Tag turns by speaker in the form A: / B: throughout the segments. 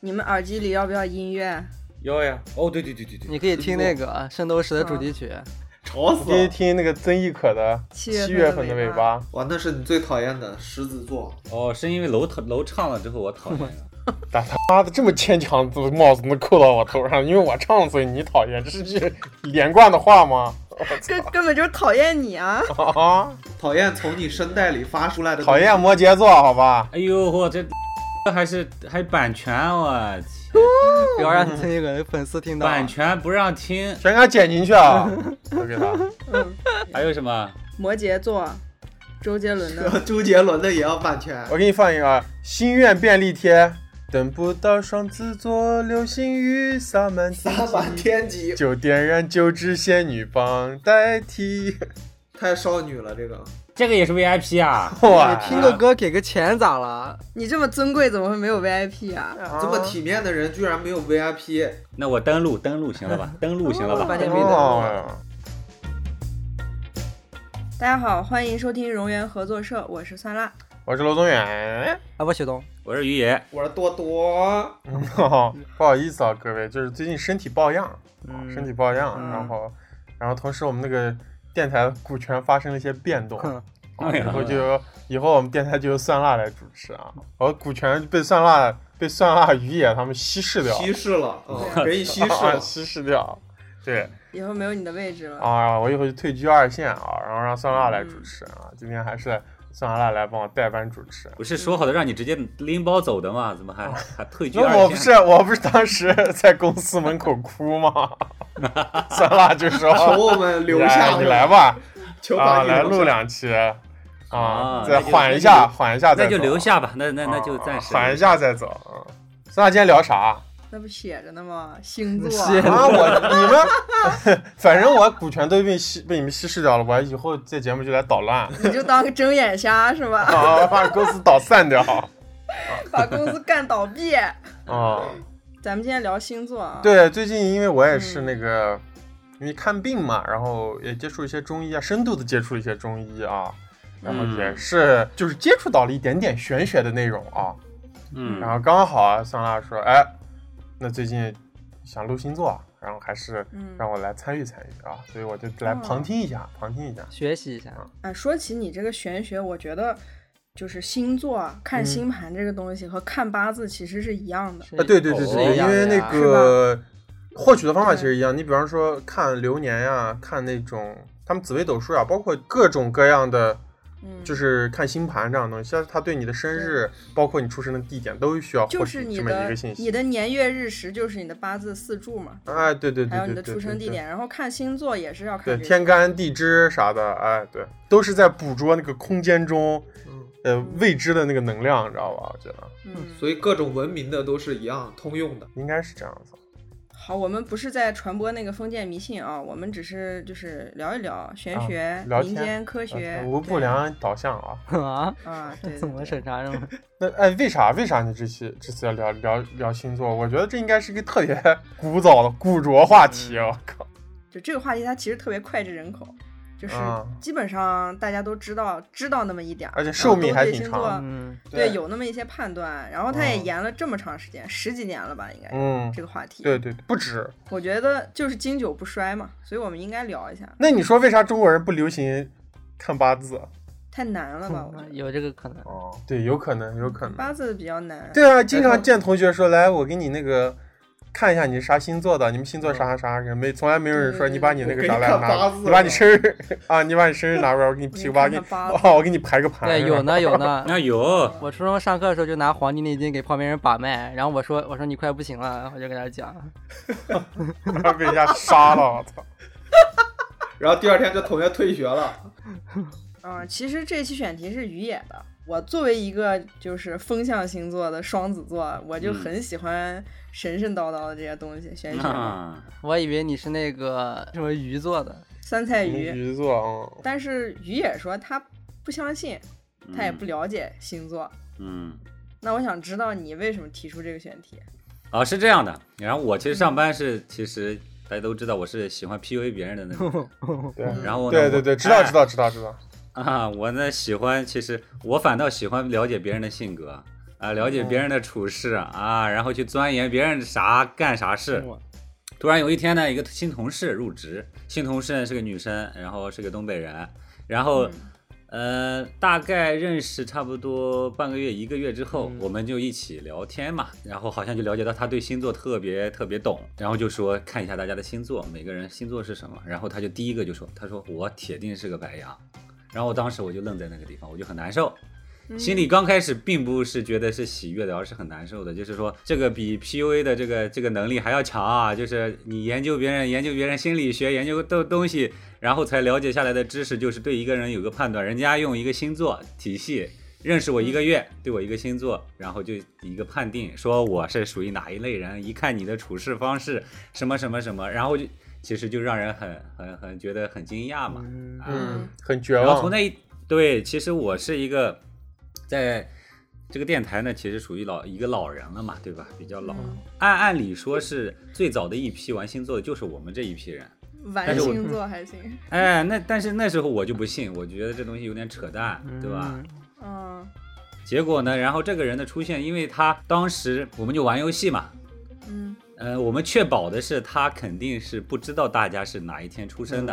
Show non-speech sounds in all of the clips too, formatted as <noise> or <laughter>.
A: 你们耳机里要不要音乐？
B: 要呀，哦，对对对对对，
C: 你可以听那个《圣斗士》的主题曲，
B: 吵
D: 你
B: 死
D: 可以
B: 了。
D: 听那个曾轶可的《
A: 七月份
D: 七
A: 的
D: 月份的
A: 尾
D: 尾
A: 巴
D: 巴》，
E: 哇，那是你最讨厌的狮子座，
B: 哦，是因为楼头楼唱了之后我
D: <laughs>
B: 讨厌了。
D: 咋他妈的这么牵强，怎么帽子能扣到我头上？因为我唱，所以你讨厌，这是句连贯的话吗？
A: 根根本就是讨厌你啊！
D: 啊，
E: 讨厌从你声带里发出来的东西
D: 讨厌摩羯座，好吧？
B: 哎呦我这这还是还版权我天，
C: 不要让曾轶可的粉丝听
D: 啊
C: 到。
B: 版权不让
D: <laughs>
B: 听。
D: 全给他剪进去啊！
E: <laughs>
D: 都给他，
B: 还有什么？
A: 摩羯座，周杰伦
D: <laughs>
A: 的。
E: <laughs> 周杰伦的也要版权。
D: 我给你放一个啊，心愿便利贴。等不到双子座，流星雨洒满天
E: 大版天级
D: 就点燃九支仙女棒
E: <laughs>
D: 代替。
E: 太少女了，这个
B: 这个也是 VIP 啊？
D: 哇，
C: 听个歌给个钱咋了？
A: 你这么尊贵，怎么会没有 VIP 啊？
E: 这么体面的人居然没有 VIP，
B: <laughs> 那我登录登录行了吧？
D: <laughs>
B: 登录行了吧？
C: 半天没等我。
D: 哦，
A: 大家好，欢迎收听荣源合作社，我是酸辣。
D: 我是罗宗远。
C: 啊，不，雪冬，
B: <laughs> 我是于野，
E: 我是多多，
D: <laughs> 不好意思啊，各位，就是最近身体抱恙，
C: 嗯
D: 身体抱恙，
A: 嗯
D: 然后，然后同时我们那个电台的股权发生了一些变动，
C: 哼，
D: 啊
B: 哎
D: 以
B: 呀
D: 后就由以后我们电台就由蒜辣来主持啊，我股权被蒜辣被蒜辣于野他们稀释掉，
E: 稀释了，
A: 对
E: 嗯，人已稀释
D: 啊
E: 了。
D: <laughs> 稀释掉，对
A: 以后没有你的位置了。
D: 啊，我以后就退居二线啊，然后让蒜辣来主持啊，今天还是蒜辣来帮我代班主持。
B: 不是说好的让你直接拎包走的吗？怎么还还退居二
D: 哦那
B: 线？
D: 我不是 <laughs> 我不是当时在公司门口哭吗？ <laughs> 酸辣就
E: <laughs>
D: 说
E: 求我们留
D: 来
E: 下，
D: 你来，吧，
E: 求把
D: 啊，
E: 你
D: 来
E: 留下
D: 录。两期，啊，
B: 啊
D: 再
B: 那就
D: 缓一下，缓一下再
B: 那
D: 走，
B: 就留下吧，那那
D: 啊，
B: 那就暂时
D: 缓一下再走。啊酸辣今天聊啥？
A: 那不写着呢吗？星座。
D: <laughs>
C: 写着
D: 啊，我
B: <laughs>
D: 你们，反正我股权都被稀被你们稀释掉了，我以后这节目就来捣
B: <laughs>
D: 乱，
A: 你就当个睁眼瞎是吧？ <laughs>
D: 啊，把公司捣
B: <laughs>
D: 散掉，
A: 把公司干倒闭。
D: 啊，
A: 咱们今天聊星座啊。。
D: 对，最近因为我也是那个，因为看病嘛，然后也接触一些中医啊，深度的接触一些中医啊，然后也
B: 嗯
D: 是就是接触到了一点点玄学的内容啊，
B: 嗯，
D: 然后刚好啊，桑娜说，哎，那最近想录星座啊，然后还是
A: 嗯
D: 让我来参与参与啊，所以我就
A: 哦
D: 来旁听一下，旁听一下。
C: 学习一下。
A: 啊，说起你这个玄学，我觉得就是星座啊
D: 嗯
A: 看星盘这个东西和看八字其实是一样的。
D: 啊，对对对
B: 是
D: 对，
B: 一
D: 因
B: 样
D: 为
C: 的
D: 那
C: 呀
D: 个获取的方法其实一样。你比方说看流年呀、看那种他们紫微斗数啊，包括各种各样的，
A: 嗯，
D: 就是看星盘这样的东西，像它对你的生日，包括你出生的地点，都需要获
A: 就是
D: 取
A: 你
D: 这么一
A: 的
D: 个信
A: 你
D: 息。
A: 的年月日时就是你的八字四柱嘛，
D: 哎，对对
A: 还
D: 对
A: 有你
D: 对
A: 的
D: 对
A: 出生
D: 对
A: 地
D: 对
A: 点，然后看星座也是要
D: 对
A: 看这
D: 天
A: 个。
D: 干地支啥的，哎，对，都是在捕捉那个空间中，呃，未知的那个能量，你知道吧？我觉得
A: 嗯，
E: 所以各种文明的都是一样通用的。
D: 应该是这样子。
A: 好，我们不是在传播那个封建迷信啊，我们只是就是聊一聊玄
D: 啊
A: 学、
D: 聊
A: 民
D: 天呃
A: 间科学、
D: 无哎不良导向啊。
C: <laughs> 啊，
A: 对
D: <laughs>
A: 啊，对对
C: 怎么
A: 对
C: 审查这么？
D: 那哎，为啥为啥你这期这次要聊聊聊星座？我觉得这应该是一个特
A: <laughs>
D: 别古早的古拙
A: 嗯
D: 话题。啊我靠，
A: 就这个话题，它其实特别脍炙人口，就是
D: 啊
A: 基本上大家都知道知道那么一点儿，
D: 而且
A: 然后
D: 寿命
A: 都
D: 还
A: 对
D: 挺
A: 星
D: 长
A: 座
C: 嗯，
A: 对，
D: 对
A: 有那么一些判断。然后他也
D: 嗯
A: 延了这么长时间，十几年了吧，应该是、
D: 嗯，
A: 这个话题。
D: 对，对，对不止。
A: 我觉得就是经久不衰嘛，所以我们应该聊一下。
D: 那你说为啥中国人不流行看八字？
A: 太难了
B: 嗯
A: 吧？我觉得
C: 嗯有这个可能。
D: 哦，对，有可能，有可能。
A: 八字比较难。
D: 对啊，经
A: 然
D: 常
A: 后
D: 见同学说来，我给你那个看一下你是啥星座的，你们星座啥啥啥，人没从来没有人说
A: 嗯对对
D: 你把你那个啥来
E: 我给你看
D: 拿
E: 八，字
D: 你把你生日啊，你把你生日拿过来，我给你批个八，
A: <laughs> 我给你
D: 给你
A: 看看八字
D: 哦，我给你
B: <laughs>
D: 排
B: 哎
D: 个盘。
C: 对，有呢有呢。
B: 那有
C: 我初中上课的时候就拿《黄帝内经》给旁边人把脉，然后我说我说你快不行了，我就跟他讲，
D: 然后 <laughs> 被人家杀了，我
A: <laughs>
D: 操！
E: 然后第二天这同学退学了，
A: 嗯、其实这期选题是于野的。我作为一个就是风象星座的双子座，我就
B: 嗯
A: 很喜欢神神叨叨的这些东西，玄学嘛、
B: 啊，
C: 我以为你是那个什么鱼做的，
A: 酸菜鱼。
D: 鱼座啊，嗯
A: 但是于野说他不相信，他也不了解星座。
B: <laughs> 嗯。
A: 那我想知道你为什么提出这个选题？
B: 啊，是这样的。然后我其实上班是，其实大家都知道我是喜欢 PUA 别人的那种。
D: 对
B: 然后呢哎
D: 对对对，
A: 哎
D: 知道知。
B: 我
D: 道知道知道。
B: 哎啊，我呢喜欢，其实我反倒喜欢了解别人的性格。啊，了解别人的处事啊，然后去钻研别人啥干啥事。
D: 哦
C: 哇
B: 突然有一天呢，一个新同事入职，新同事呢是个女生，然后是个东北人，然后、呃大概认识差不多半个月一个月之后，我们就一起聊天嘛，然后好像就了解到她对星座特别特别懂，然后就说看一下大家的星座，每个人星座是什么，然后她就第一个就说，她说我铁定是个白羊，然后我当时我就愣在那个地方，我就很难受。心里刚开始并不是觉得是喜悦的，而是很难受的。就是说，这个比 PUA 的这个这个能力还要强啊！就是你研究别人，研究别人心理学，研究的东西，然后才了解下来的知识，就是对一个人有个判断。人家用一个星座体系认识我一个月，对我一个星座，然后就一个判定，说我是属于哪一类人。一看你的处事方式，什么什么什么，然后就其实就让人很很很觉得很惊讶嘛。啊
D: 嗯，很绝
B: 然后从
D: 望。
B: 那一对，其实我是一个在这个电台呢，其实属于老一个老人了嘛，对吧？比较老，按按理说是最早的一批玩星座的就是我们这一批人。
A: 玩
B: 但是我
A: 星座还行，
B: 哎，那但是那时候我就不信，我觉得这东西有点扯淡，对吧？
A: 嗯
B: 结果呢，然后这个人的出现，因为他当时我们就玩游戏嘛，
A: 嗯
B: 呃，我们确保的是他肯定是不知道大家是哪一天出生的，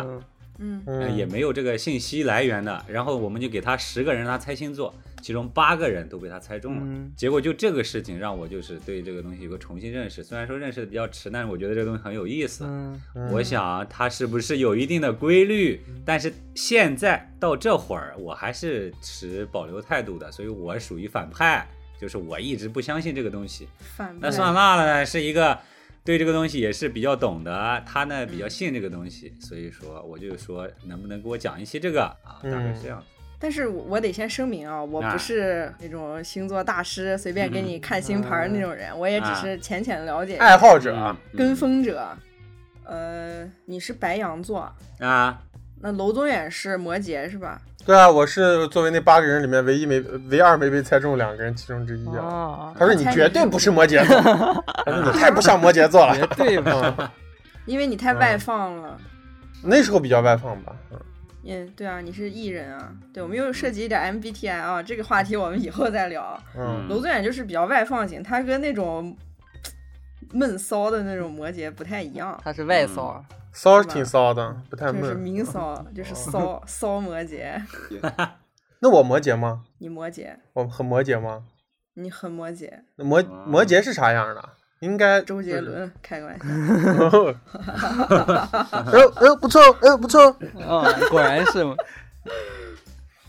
A: 嗯
B: 呃
D: 嗯，
B: 也没有这个信息来源的。然后我们就给他十个人让他猜星座，其中八个人都被他猜中了。
C: 嗯
B: 结果就这个事情让我就是对这个东西有个重新认识。虽然说认识的比较迟，但是我觉得这东西很有意思。
C: 嗯
B: 我想它是不是有一定的规律？但是现在到这会儿，我还是持保留态度的，所以我属于反派，就是我一直不相信这个东西。
A: 反
B: 那
A: 派
B: 算辣了呢，是一个对这个东西也是比较懂的，他呢比较信这个东西，所以说我就说能不能给我讲一期这个啊？大概是这样。
A: 但是我我得先声明啊，我
B: 啊
A: 不是那种星座大师，随便给你看星盘儿那种人，我也
D: 嗯啊
A: 只是浅浅了解、
D: 爱好者
B: 啊
D: 啊，
A: 跟风者。呃，你是白羊座，
B: 啊，
A: 那娄宗远是摩羯是吧？
D: 对啊，我是作为那八个人里面唯一没唯二没被猜中两个人其中之一啊。
C: 啊，
D: 他说你
A: 哦猜
D: 绝
A: 你
D: 对
A: 是
D: 不是摩
A: <laughs>
D: 羯座，他说你太不像摩羯座
C: 绝
D: 了。
C: 对不是，
D: 嗯
A: 因为你太外放了。
D: 那时候比较外放吧，嗯
A: 嗯，对啊，你是艺人啊。对，我们又涉及一点 MBTI 啊，这个话题我们以后再聊。啊 <laughs>
D: 嗯
A: 娄宗远就是比较外放型，他跟那种嘖闷骚的那种摩羯不太一样，
C: 他是外骚，
D: 骚是挺骚的，不太
A: 就是
D: 闷。
A: 明骚，就是
D: 哦
A: 骚骚摩羯。
D: 那我摩羯吗？
A: 你摩羯，
D: 我很摩羯吗？
A: 你很摩羯，
D: 那摩
B: 哦
D: 摩羯是啥样的？应该
A: 周杰伦开个玩笑。
D: 伦。呃呃，不错，呃不错。
C: 啊，果然是嘛，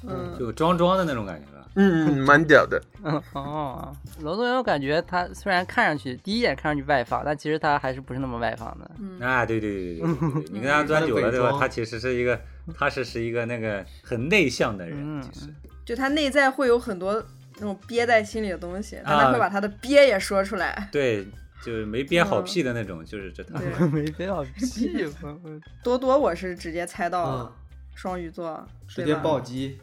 A: 嗯，
B: 就装装的那种感觉吧。
D: 嗯，蛮屌的。
C: 嗯哦，娄宗远，我感觉他虽然看上去第一眼看上去外放，但其实他还是不是那么外放的。
B: 哎，对对对对对对，你跟他钻久了对吧？他其实是一个，他是是一个那个很内向的人，
C: 嗯
B: 其实
A: 就他内在会有很多那种憋在心里的东西，但
B: 啊
A: 他会把他的憋也说出来。
B: <laughs> 对，就是没憋好屁的那种，就是这他。
A: 对，
C: <laughs> 没必要屁股，
A: 多多我是直接猜到了
E: 嗯，
A: 双鱼座，
E: 直
A: 对
E: 接
A: 吧
E: 暴击，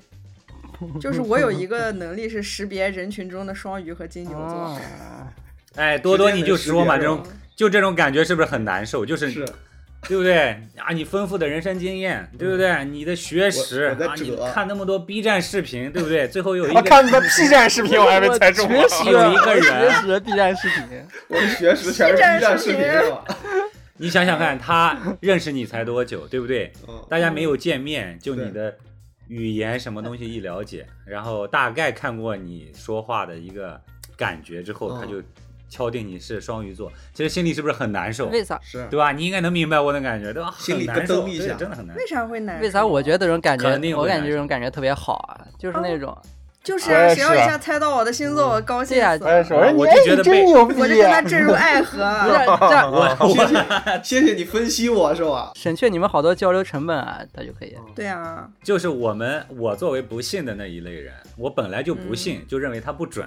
A: 就是我有一个能力是识别人群中的双鱼和金牛座。
B: <laughs>
C: 哦，
B: <laughs> 哎，多多你就说嘛，
E: 直
B: 这
E: 接能
B: 种就这种感觉是不是很难受？就是
E: 是
B: 对不对啊？你丰富的人生经验，对不对？你的学识
E: 嗯我我在
B: 啊，你
E: 折
B: 看那么多 B 站视频，对不对？最后有一
D: 他
B: 个
D: 看的 P 站视频，我还没猜中。
C: 确实
B: 有一个人
C: 确实必然视频，
E: 我的学识全是 B 站视频是吧？
B: 你想想看，他认识你才多久，对不对？
E: 嗯，
B: 大家没有见面，就
E: 对
B: 你的语言什么东西一了解，然后大概看过你说话的一个感觉之后，
E: 嗯
B: 他就敲定你是双鱼座，其实心里是不是很难受？
C: 为啥？
E: 是
B: 对吧？你应该能明白我的感觉，对吧？
E: 心里
B: 很难
E: 咯
B: 受
E: 噔一
B: 对
E: 下
B: 真的很难受
A: 为。啥会难受？
C: 为啥我觉得这种感
B: 肯定
C: 觉，
B: 会
C: 我感
B: 难
C: 觉
B: 受
C: 这种感觉特别好啊，就是那种，
A: 就是
D: 我
A: 啊，
D: 也
A: 谁要一
D: 是啊
A: 下猜到我的星座，我高兴
C: 对啊
A: 死
D: 我也
A: 了，
D: 是，我说你
B: 我就
D: 哎
B: 觉得
D: 你真
B: 被
D: 牛逼
A: 我就跟他坠入爱河。
C: 不是这 <laughs> 样，
B: 我
E: 谢谢谢谢你分析我是吧？
C: 省去你们好多交流成本啊，他就可以。
A: 对啊，
B: 就是我们，我作为不信的那一类人，我本来就不信，就认为他不准。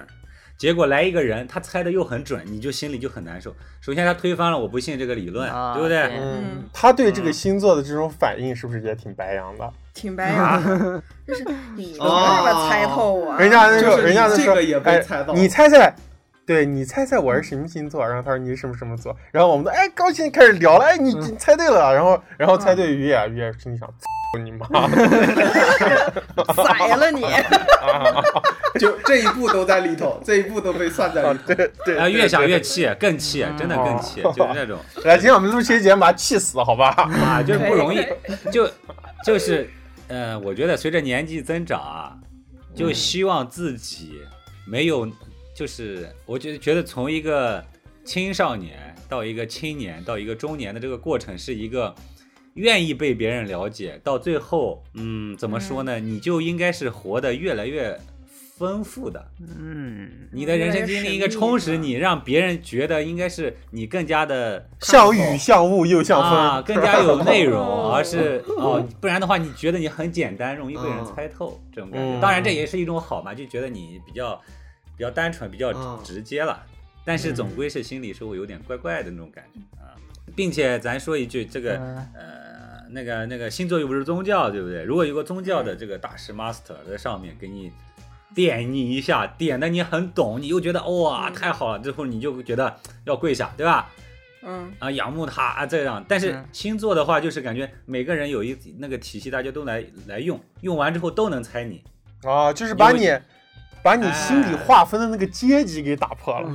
B: 结果来一个人，他猜的又很准，你就心里就很难受。首先他推翻了我不信这个理论，
C: 啊
B: 对不对？
C: 对
A: 嗯，
D: 他对这个星座的这种反应是不是也挺白羊的？
A: 挺白羊的，就是你凭什么猜透我？
D: 人家那
E: 就
D: 时候，
E: 是
D: 人家那时
E: 这
D: 候，
E: 个也被
D: 哎
E: 猜到
D: 你猜猜，对你猜猜我是什么星座？然后他说你是什么什么座？然后我们都哎高兴开始聊了，哎你
E: 嗯
D: 你猜对了，然后然后猜对于野，于野心里想，操你妈！
A: 宰了你！
E: 就这一步都在
C: <laughs>
E: 里头，这一步都被算在里头。
D: 对对，
B: 啊，越想
D: 对
B: 越。气，更气，真的更气，
D: 哦
B: 就是这种
D: 对来，今天我们录期节目，把他气死，好吧？
B: <laughs> 啊，就是不容易
A: 对，
B: <laughs> 就就是，呃，我觉得随着年纪增长啊，就希望自己没有，就是我觉得觉得从一个青少年到一个青年到一个中年的这个过程是一个。愿意被别人了解，到最后，嗯，怎么说呢？你就应该是活得越来越丰富的，
C: 嗯，
B: 你的人生经历应该充实你，让别人觉得应该是你更加的
D: 像雨像雾又像风，
B: 啊，更加有内容，
A: 哦
B: 而是哦，不然的话，你觉得你很简单，容易被人
E: 嗯
B: 猜透这种感觉。
D: 嗯
B: 当然，这也是一种好嘛，就觉得你比较比较单纯，比较
E: 嗯
B: 直接了。但是总归是心里是会有点怪怪的那种感觉啊，并且咱说一句，这个
C: 嗯
B: 呃，那个那个星座又不是宗教，对不对？如果有个宗教的这个大师 master 在上面给你点你一下，点的你很懂，你又觉得哇
A: 嗯
B: 太好了，之后你就觉得要跪下，对吧？
A: <laughs> 嗯，
B: 啊，仰慕他啊这样。但是
C: 嗯
B: 星座的话，就是感觉每个人有一那个体系，大家都来来用，用完之后都能猜你。
D: 啊，就是把
B: 因
D: 你把你心里划分的那个阶级给打破了。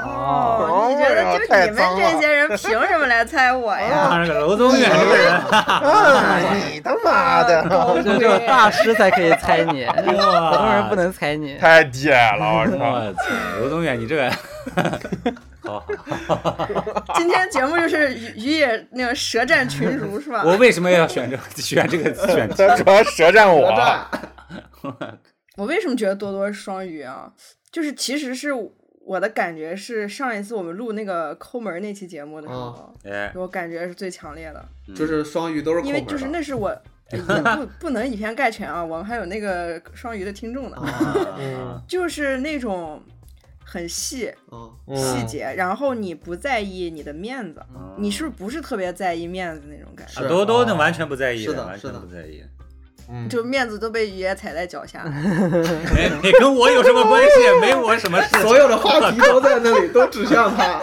A: 哦，你觉得就
D: 太
A: 你们
D: 脏了
A: 这些人凭什么来猜我
D: <laughs>
A: 呀？
B: 当然，楼宗远啊这个人，
D: 啊，你他妈的，
A: <laughs> 狗
C: <laughs> 就只有
A: 腿
C: 大师才可以猜 <laughs> 你，
B: 哇
C: 普通人不能猜你。
D: 太贱了，我操！
B: 我操，楼宗远你这
E: <laughs>
B: 个，好好，
A: 今天节目就是于于野那个舌战群儒是吧？
B: 我为什么要选这个选
E: <laughs>
B: 这个选题？
D: 他主要舌战
E: 哪吒
D: 我，
A: 我为什么觉得多多是双鱼啊？就是其实是我的感觉是上一次我们录那个抠门儿那期节目的时
D: 啊
A: 候，
B: 哎，
A: 我感觉是最强烈的，
E: 就是双鱼都是抠
A: 因
E: 门
A: 为
E: 的
D: 啊
A: 就是那是
D: <laughs>
A: 我。也不不能以偏概全啊，我们还有那个双鱼的听众呢，
E: 嗯
B: 啊
A: 就是那种很细
E: 嗯
A: 细
D: 嗯，
A: 节，然后你不在意你的面子，你是不是特别在意面子那种感觉？
E: 是
B: 啊都都能完全不在意
E: 是的
B: 完全
E: 是的
B: 不在
E: <laughs>
B: 意，
D: 嗯
A: 就面子都被爷踩在脚下，
B: 没没跟我有什么关系，没我什么事，
E: 所有的话题都在那里，都指
C: <laughs>
E: 向他。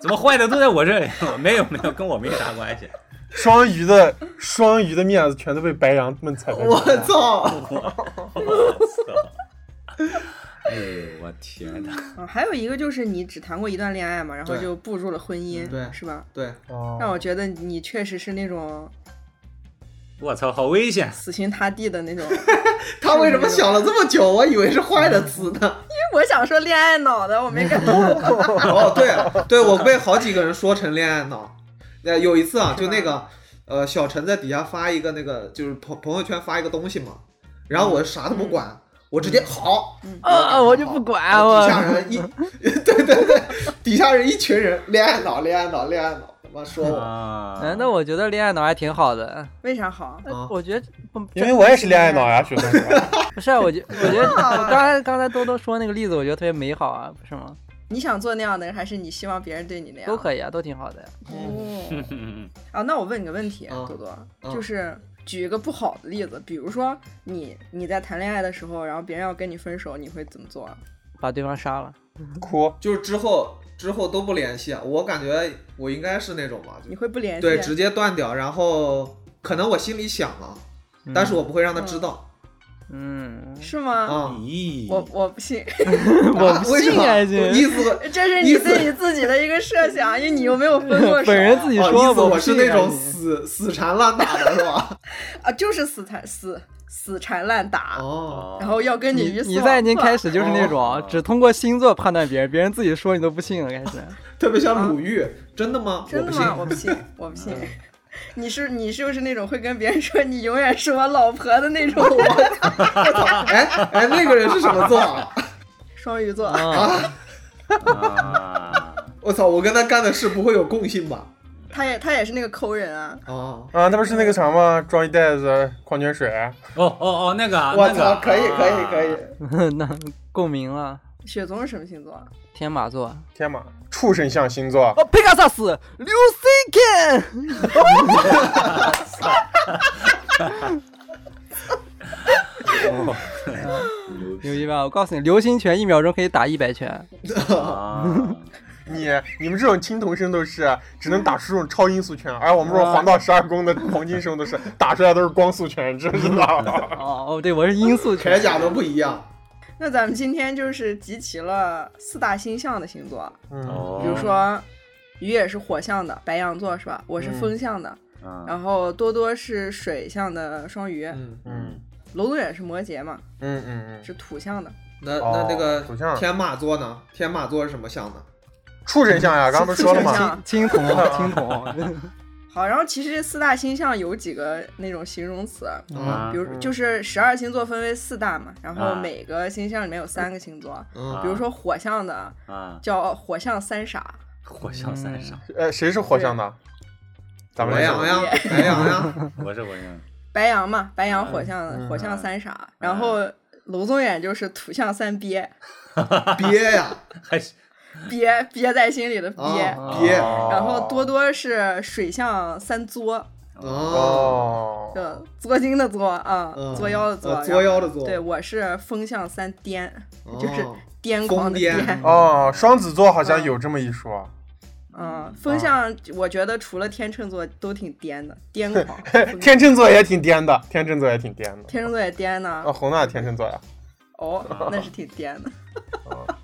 B: 怎么坏的都在我这里，没有没有，跟我没啥关系。 <laughs>
D: 双鱼的双鱼的面子全都被白羊们踩在脚
E: 我
D: 下。
E: 操！
B: 我操！ <laughs> 哎呦，我天哪！
A: 啊，还有一个就是你只谈过一段恋爱嘛，然后
E: 对嗯
A: 就步入了婚姻，
E: 对
A: 是吧？
E: 对，
A: 让
D: 哦
A: 我觉得你确实是那种
B: 我操，好危险！
A: 死心塌地的那种。 <laughs>
E: 他为什么想了这么久？我以为是坏的词呢。
A: 我想说恋爱脑的，我没
E: <laughs>
A: 敢动。
E: 哦，对了，对我被好几个人说成恋爱脑。呃，有一次啊，就那个呃，小陈在底下发一个那个，就是朋朋友圈发一个东西嘛，然后我啥都不管，
A: 嗯
E: 我直接好，
C: 啊啊，我就不管我
E: 底。下人
A: <laughs>
E: 一，对对对，底下人一群人恋爱脑，恋爱脑，恋爱脑，他妈说我。
B: 啊，
C: 嗯，那我觉得恋爱脑还挺好的。
A: 为啥好？
E: 啊
C: 我觉得不
D: 因为我也是恋爱脑呀，雪松。
C: 不是啊，我觉
E: <laughs>
C: 我觉得
A: 啊
C: 刚才刚才多多说那个例子，我觉得特别美好啊，不是吗？
A: 你想做那样的人，还是你希望别人对你那样？
C: 都
A: 以。
C: 可以啊，都挺好的呀。
A: 哦，
B: 嗯
A: 啊，那我问你个问题，
E: 啊
A: 多多，
E: 啊
A: 就是举一个不好的例子，比如说你你在谈恋爱的时候，然后别人要跟你分手，你会怎么做啊？
C: 把对方杀了，
D: 哭，
E: 就是之后之后都不联系，啊我感觉我应该是那种吧，
A: 你
E: 就
A: 会不联系？
E: 对，直接断掉，然后可能我心里想啊，但是我不会让他知道
C: 嗯，
A: 是吗？
E: 啊。
B: <laughs> 咦，
A: 我我不信，
C: <laughs>
A: <laughs>
C: 我不
E: 为什
C: 信
E: 么？
C: 啊，
E: 我
C: 这
E: 意思
A: 这是你对你自己的一个设想，因为你又没有分过手。
C: <laughs> 本人自己
E: 哦，
C: 说
E: 意思
C: 我不
E: 我是
C: 信
E: 那
C: 啊
E: 种
C: 你
E: 死死缠烂打的
C: <laughs>
E: 是吧？
A: 啊，就是死缠死死缠烂打，
E: 哦，
A: 然后要跟
C: 你
A: 鱼死
C: 你在已经
A: 网破
C: 开始就是那
B: 哦
C: 种只通过星座判断别人，别人自己说你都不信了，开始。
E: 特别像鲁豫，真的吗？
A: 啊真
E: 我
A: 的
E: 不信
A: 吗？我不信，我不
C: 嗯
A: 信。 <laughs> 你是你是不是那种会跟别人说你永远是我老婆的那
C: <laughs>
A: 种人？
E: 哎哎，那个人是什么座啊？
A: 双鱼座，
C: 啊，
B: 啊，
E: 我操，我跟他干的事不会有共性吧？
A: 他也他也是那个抠人啊。
E: 哦，
D: 啊，他不是那个啥吗？装一袋子矿泉水，
B: 哦哦哦，那个啊，
E: 我
B: 那个
E: 操，
B: 啊
E: 可以可以可以，，
A: 嗯
C: 嗯 <laughs> 那共鸣了。
A: 雪宗是什么星座？啊
C: 天马座，
D: 天马，畜生像星座，
C: 哦，佩加萨斯，流 C K，
B: 哦
C: 牛逼吧？我告诉你，流星拳一秒钟可以打一百拳，
B: 啊，
D: 你你们这种青铜生都是只能打出这种超音速拳，而我们这种黄道十二宫的黄金生都是打出来都是光速拳，知不知道？
C: <laughs> 哦哦，对，我是音
D: <laughs>
C: 速
E: 铠
C: 拳，
E: 甲都不一样。
A: 那咱们今天就是集齐了四大星象的星座，
D: 嗯，
B: 哦，
A: 比如，说鱼也是火象的白羊座是吧？我是
D: 嗯
A: 风象的，
B: 嗯
A: 然后多多是水象的双鱼，
E: 嗯，
D: 嗯
A: 龙龙也是摩羯嘛，
D: 嗯嗯嗯，
A: 是土象的。
E: 那
D: 哦
E: 那那个
D: 属相
E: 天马座呢？天马座是什么象呢？
D: 畜生像呀，刚刚不是说了
A: 畜生
D: 吗
A: 像？
C: 青
D: <laughs>
C: 铜，青铜，
A: 好，然后其实这四大星象有几个那种形容词，
B: 啊
A: 比如
D: 嗯
A: 就是十二星座分为四大嘛，然后
B: 啊
A: 每个星象里面有三个星座，啊
D: 啊
E: 嗯，
A: 比如说火象的
B: 啊，
A: 叫火象三傻，
B: 火象三傻，
D: 呃，谁是火象的？咱们
E: 白
D: 来
E: 羊
D: 说
E: 呀，
A: <laughs>
E: 白羊呀，
B: 我是火象，
A: 白羊嘛，白羊火象、
D: 嗯
A: 火象三傻，然后娄宗远就是土象三憋，
E: 憋呀，
B: 还是
A: 憋憋在心里的憋，
E: 啊，憋，
D: 哦
A: 然后多多是水象三作，
E: 哦，
D: 哦，
A: 就作精的作啊，
E: 嗯
A: 作妖的作，
E: 呃作妖的作，
A: 对，我是风象三颠，
E: 哦
A: 就是癫狂的
E: 疯
A: 癫
E: 癫。
D: 哦，双子座好像有这么一说，
A: <laughs> 嗯，风象我觉得除了天秤座都挺颠的，癫狂。
D: 天秤座也挺颠的，天秤座也挺颠的。
A: 天秤座也颠呢
D: 啊，，红娜天秤座呀，
A: 哦，那是挺颠的。
C: <laughs>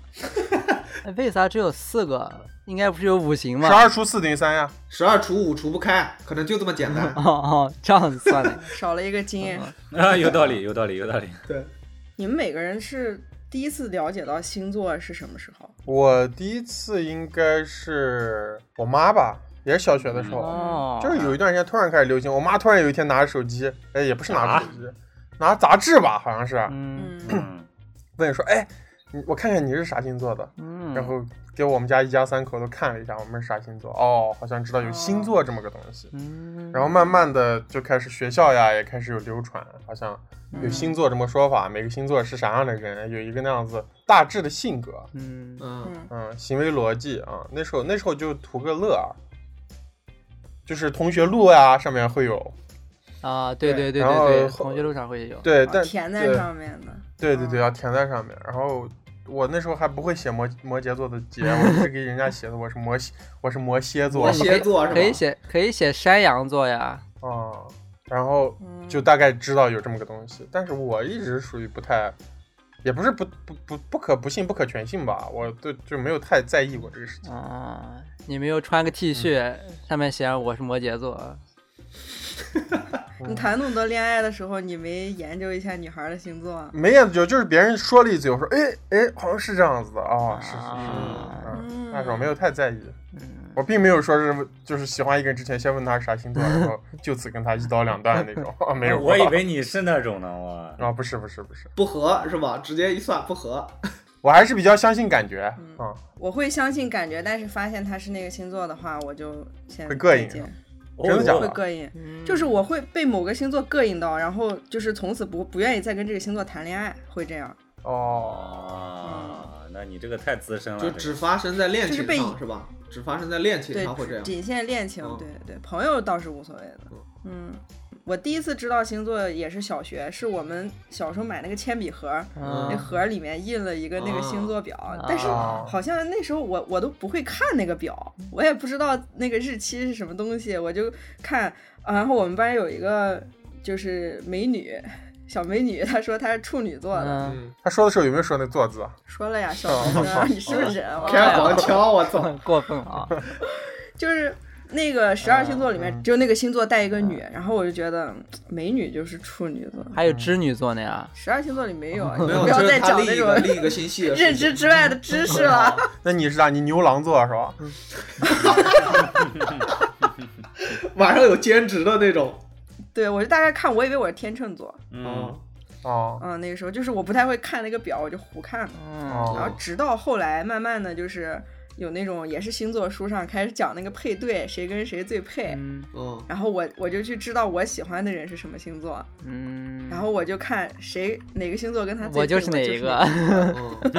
C: 哎为啥只有四个？应该不是有五行吗
D: 十？二除四等于三呀。
E: 十二除五除不开，可能就这么简单。
C: <laughs> 哦哦，这样子算
D: <laughs>
C: 的。
A: 少了一个金，
B: 啊，有道理，有道理，有道理。
E: <laughs> 对，
A: 你们每个人是第一次了解到星座是什么时候？
D: 我第一次应该是我妈吧，也是小学的时候，
C: 哦，
D: 就是有一段时间突然开始流行。我妈突然有一天拿着手机，哎，也不是拿着手机，拿杂志吧，好像是，
C: 嗯
A: 嗯，
B: <coughs> 嗯，
D: 问说，哎，你我看看你是啥星座的，
C: 嗯，
D: 然后给我们家一家三口都看了一下，我们是啥星座，哦，好像知道有星座这么个东西。
C: 嗯，
D: 然后慢慢的就开始学校呀，也开始有流传，好像有
C: 嗯
D: 星座这么说法，每个星座是啥样的人，有一个那样子大致的性格，
C: 嗯
E: 嗯，
A: 嗯
D: 嗯，行为逻辑啊。那时候那时候就图个乐儿，就是同学录呀，上面会有，
C: 啊，对
A: 对
C: 对对
D: 然后
C: 对对，
D: 后
C: 同学路上会有。
D: 对，但
A: 哦填在
D: 对
A: 上面的。
D: 对对对，要填在上面。然后我那时候还不会写摩摩羯座的羯，我是给人家写的，我是摩西，我是摩羯座
E: 摩羯座是吧
C: 可以写可以写山羊座呀，
D: 啊、然后
A: 嗯
D: 就大概知道有这么个东西，但是我一直属于不太，也不是不不不不可不信不可全信吧，我对就没有太在意过这个事情。
C: 啊，你没有穿个 T 恤，
D: 嗯
C: 上面写上我是摩羯座，
A: 你谈那么多恋爱的时候，你没研究一下女孩的星座啊？
D: 没研究，就是别人说了一嘴，我说哎哎，好像是这样子的啊、是是
C: 啊
D: 是，嗯
A: 嗯，
D: 但是我没有太在意，
C: 嗯，
D: 我并没有说是就是喜欢一个人之前先问他是啥星座，然后就此跟他一刀两断那种，啊没有过。
B: 我以为你是那种呢，我
D: 啊，不是不是不是，
E: 不合是吧？直接一算不合。
D: 我还是比较相信感觉，啊，
A: 我会相信感觉，但是发现他是那个星座的话，我就先
D: 会膈应
A: 再见
D: 真
B: 哦
D: 的假
A: 会
D: 的？
A: 膈应。就是我会被某个星座膈应到，然后就是从此不不愿意再跟这个星座谈恋爱，会这样，
D: 哦，
B: 啊，那你这个太资深了，
E: 就
B: 这个
E: 只发生在恋情
A: 就是
E: 上
A: 被
E: 是吧？只发生在恋情
A: 对
E: 上会这，样。
A: 仅限恋情，
E: 嗯
A: 对对，朋友倒是无所谓的，嗯。我第一次知道星座也是小学，是我们小时候买那个铅笔盒，那
C: 嗯
A: 盒儿里面印了一个那个星座表，但是
D: 啊
A: 好像那时候我我都不会看那个表，我也不知道那个日期是什么东西，我就看。啊然后我们班有一个就是美女，小美女，她说她是处女座的，
C: 嗯，
E: 嗯，
D: 他说的时候有没有说那坐姿啊？
A: 说了
E: <laughs>
A: 呀，小
E: 哦
A: 姑娘，你是不是人？啊
E: 开
A: 哇
E: 黄腔，我
A: <laughs>
E: 操！
C: 很 <laughs> 过分啊，
A: 就是那个十二星座里面，只有那个星座带一个女，然后我就觉得嗯美女就是处女座，
C: 还有织女座呢呀，
A: 十二星座里没有啊，你
E: 没有，
A: 不要
E: 这
A: 再
E: 是他
A: 讲
E: 另
A: 那
E: 一
A: 种
E: 个另一个星系的
A: 认
E: 事
A: 知
E: 情。
A: 之外的知识
E: <laughs>
A: 了。
D: 那你是啥？你牛郎座是吧？
E: 晚上有兼职的那种。
A: 对，我就大概看，我以为我是天秤座，
B: 嗯，
D: 哦
A: 嗯，那个时候就是我不太会看那个表，我就胡看的。
C: 嗯，
A: 然
D: 哦
A: 后直到后来慢慢的就是有那种也是星座书上开始讲那个配对，谁跟谁最配。
C: 嗯
E: 嗯，
A: 然后我我就去知道我喜欢的人是什么星座，
D: 哦
C: 嗯，
A: 然后我就看谁哪个星座跟他最配
C: 我就是哪一个， <laughs>
E: 嗯，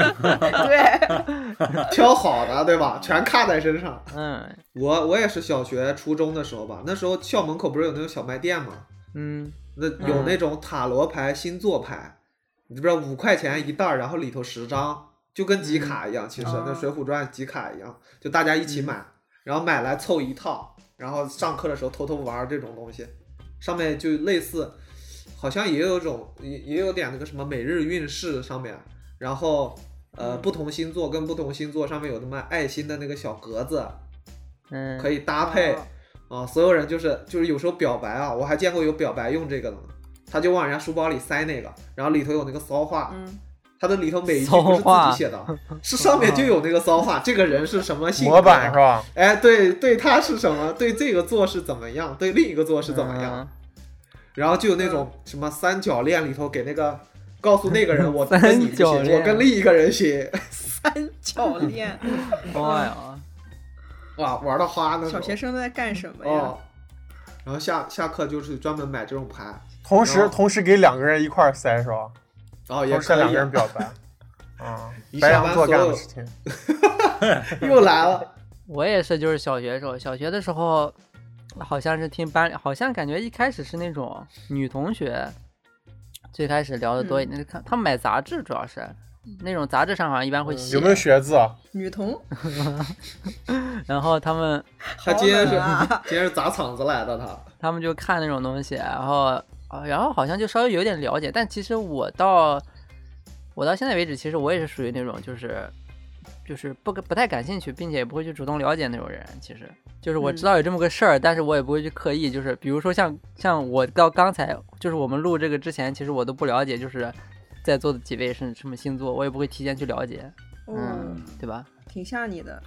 A: 对，
E: 挑好的对吧？全看在身上。
C: 嗯
E: 我我也是小学初中的时候吧，那时候校门口不是有那种小卖店吗？
C: 嗯，
E: 那有那种塔罗牌、星座牌，你知不知道五块钱一袋儿，然后里头十张，就跟集卡一样，其实
A: 哦嗯
E: 那《水浒传》集卡一样，就大家一起买，然后买来凑一套，然后上课的时候偷偷玩儿这种东西，上面就类似，好像也有种也也有点那个什么每日运势上面，然后呃
A: 嗯
E: 不同星座跟不同星座上面有那么爱心的那个小格子，
C: 嗯，
E: 可以搭配
A: 哦
E: 啊，所有人就是就是有时候表白啊，我还见过有表白用这个的呢，他就往人家书包里塞那个，然后里头有那个骚话，
A: 嗯，
E: 他的里头每一句不
C: 骚
E: 是自
C: 话
E: 己写
D: <laughs>
E: 的，啊是上面就有那个骚话，这个人是什么性格，啊
D: 模板是吧？
E: 哎，对对，他是什么，对这个座是怎么样，对另一个座是怎么
D: 嗯
E: 样，然后就有那种
A: 嗯
E: 什么三角恋里头给那个。告诉那个人，我跟你
C: 三
E: 不
C: 角
E: 行，
C: 恋
E: 我跟另一个人行，
A: 三角
E: <laughs>
A: 恋，
C: <laughs> 嗯？哇呀，
E: 哇，玩的花那种
A: 小学生都在干什么呀？
E: 哦。然后下下课就是专门买这种牌，
D: 同时
E: 然后
D: 同时给两个人一块儿塞是吧？
E: 然后也
D: 同时向
E: 可
D: 两
E: 以啊
D: 个人表
E: <laughs>
D: 白，啊
E: 一，
D: 白
E: 下
D: 羊
E: 班
D: 座
E: 所
D: 干的
E: 有
D: 事情。
E: 又来了，
C: 我也是，就是小学时候，小学的时候，好像是听班里，好像感觉一开始是那种女同学，最开始聊的多一点，看他们买杂志主要是。那种杂志上好像一
E: 嗯
C: 般会写，
D: 有没有学字啊？
A: 女童，
E: <laughs>
C: 然后他们
E: 他今天
A: 好
E: 是、
A: 冷啊
E: <laughs> 今天是砸场子来的他，
C: 他们就看那种东西，然后啊然后好像就稍微有点了解，但其实我到我到现在为止，其实我也是属于那种就是就是不不太感兴趣，并且也不会去主动了解那种人。其实就是我知道有这么个事儿，但是我也不会去刻意，就是比如说像像我到刚才就是我们录这个之前，其实我都不了解，就是在座的几位是什么星座，我也不会提前去了解，
A: 哦，
B: 嗯
C: 对吧？
A: 挺像你的，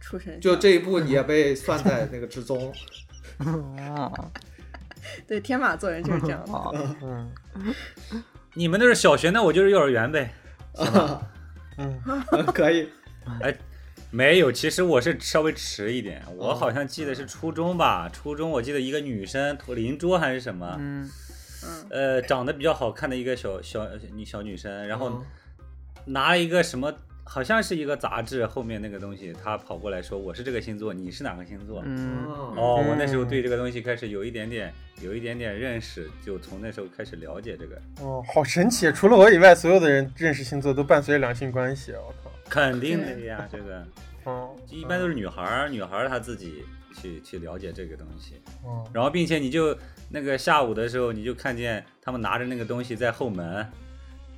A: 畜生相，
E: 就这一步你也被算在那个之中，
C: 啊，
A: 对天马座人就是这样的。
C: <laughs> 好，
D: 嗯
B: 你们那是小学，那我就是幼儿园呗。
E: <laughs>
D: 嗯，
E: 可以，
B: 没有，其实我是稍微迟一点，
C: 哦
B: 我好像记得
C: 嗯
B: 是初中吧，初中我记得一个女生邻桌还是什么，
C: 嗯，
A: 嗯，
B: 呃，长得比较好看的一个小小女小女生，然后
C: 哦
E: 嗯
B: 拿了一个什么，好像是一个杂志后面那个东西，她跑过来说我是这个星座，你是哪个星座？
C: 嗯， <laughs>
B: 哦，我那时候对这个东西开始有一点点，有一点点认识，就从那时候开始了解这个，
D: 哦，好神奇！除了我以外，所有的人认识星座都伴随着两性关系。我
B: 肯定的呀，这
C: <laughs>
B: 个
D: 靠，嗯
B: 一般都是女孩儿，女孩儿她自己去去了解这个东西，
D: 嗯，
B: 然后并且你就那个下午的时候，你就看见他们拿着那个东西在后门，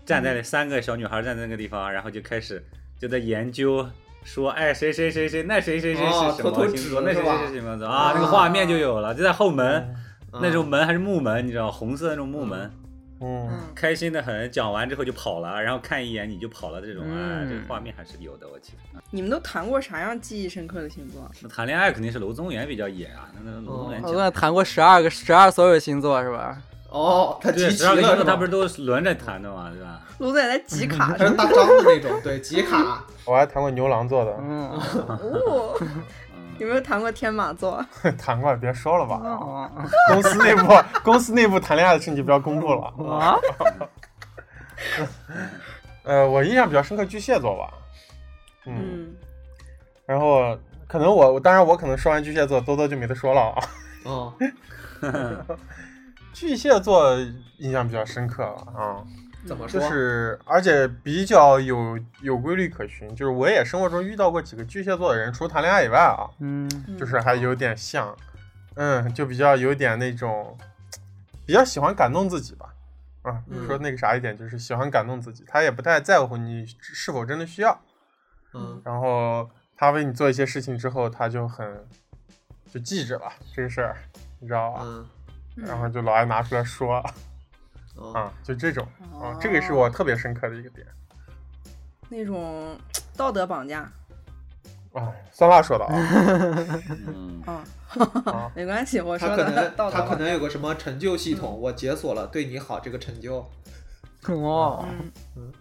B: 站在那三个小女孩站在那个地方，然后就开始就在研究。说，哎，谁谁谁谁，那谁谁谁
E: 哦
B: 是什
E: 偷偷
B: 么
E: 指
B: 星座？那
E: 是
B: 谁
E: 吧
B: 谁是什么星座啊？那个画面就有了，就在后门，那
E: 种
B: 种门还是木门，你知道，红色那种木门，
D: 嗯，
A: 嗯，
B: 开心的很。讲完之后就跑了，然后看一眼你就跑了，这种啊，哎
C: 嗯
B: 这个画面还是有的。我记得，
A: 你们都谈过啥样记忆深刻的星座？
B: 那谈恋爱肯定是娄宗元比较野啊，那那娄宗元
C: 我
B: 讲
C: 跟他谈过十二个十二所有星座是吧？
E: 哦，他集
B: 对，
E: 齐
B: 十二个星
E: 了
B: 座
E: 是
B: 他
E: 吧
B: 不是？都是轮着谈的嘛，对吧？
A: 卢仔在集卡
E: 他
A: 上
E: 是，大张的那种，对，集卡，
D: 我还谈过牛郎座的，
A: <laughs>
C: 嗯，
A: 哦，有没有谈过天马座？
D: 谈过，别说了吧。
C: 哦
D: 公司内部， <laughs> 公司内部谈恋爱的事情就不要公布了。
C: 啊，
D: 呃，我印象比较深刻巨蟹座吧，嗯，
A: 嗯，
D: 然后可能我，当然我可能说完巨蟹座，多多就没得说了 <laughs> 啊。
E: 哦，
D: 巨蟹座印象比较深刻啊，
E: 怎么
D: 就
E: 说？
D: 是而且比较有有规律可循。就是我也生活中遇到过几个巨蟹座的人，除了谈恋爱以外啊，
C: 嗯
A: 嗯
D: 就是还有点像，嗯，就比较有点那种，比较喜欢感动自己吧。啊，
E: 嗯
D: 说那个啥一点，就是喜欢感动自己，他也不太在乎你是否真的需要。
E: 嗯，
D: 然后他为你做一些事情之后，他就很就记着了这个事儿，你知道吧？
E: 嗯，
D: 然后就老爱拿出来说。
E: 哦，
D: 啊，就这种
E: 嗯
D: 啊，这个是我特别深刻的一个点
A: 那种道德绑架
D: 啊。酸辣说的
E: <laughs>
D: 啊，
B: 嗯，
A: 啊 <laughs>
D: 啊，
A: 没关系，我
E: 他
A: 说
E: 可
A: 的嗯
E: 能
A: 道德
E: 他可
A: 绑架。
E: 能有个什么成就系统，我解锁了对你好这个成就，
C: 哦，
A: 嗯，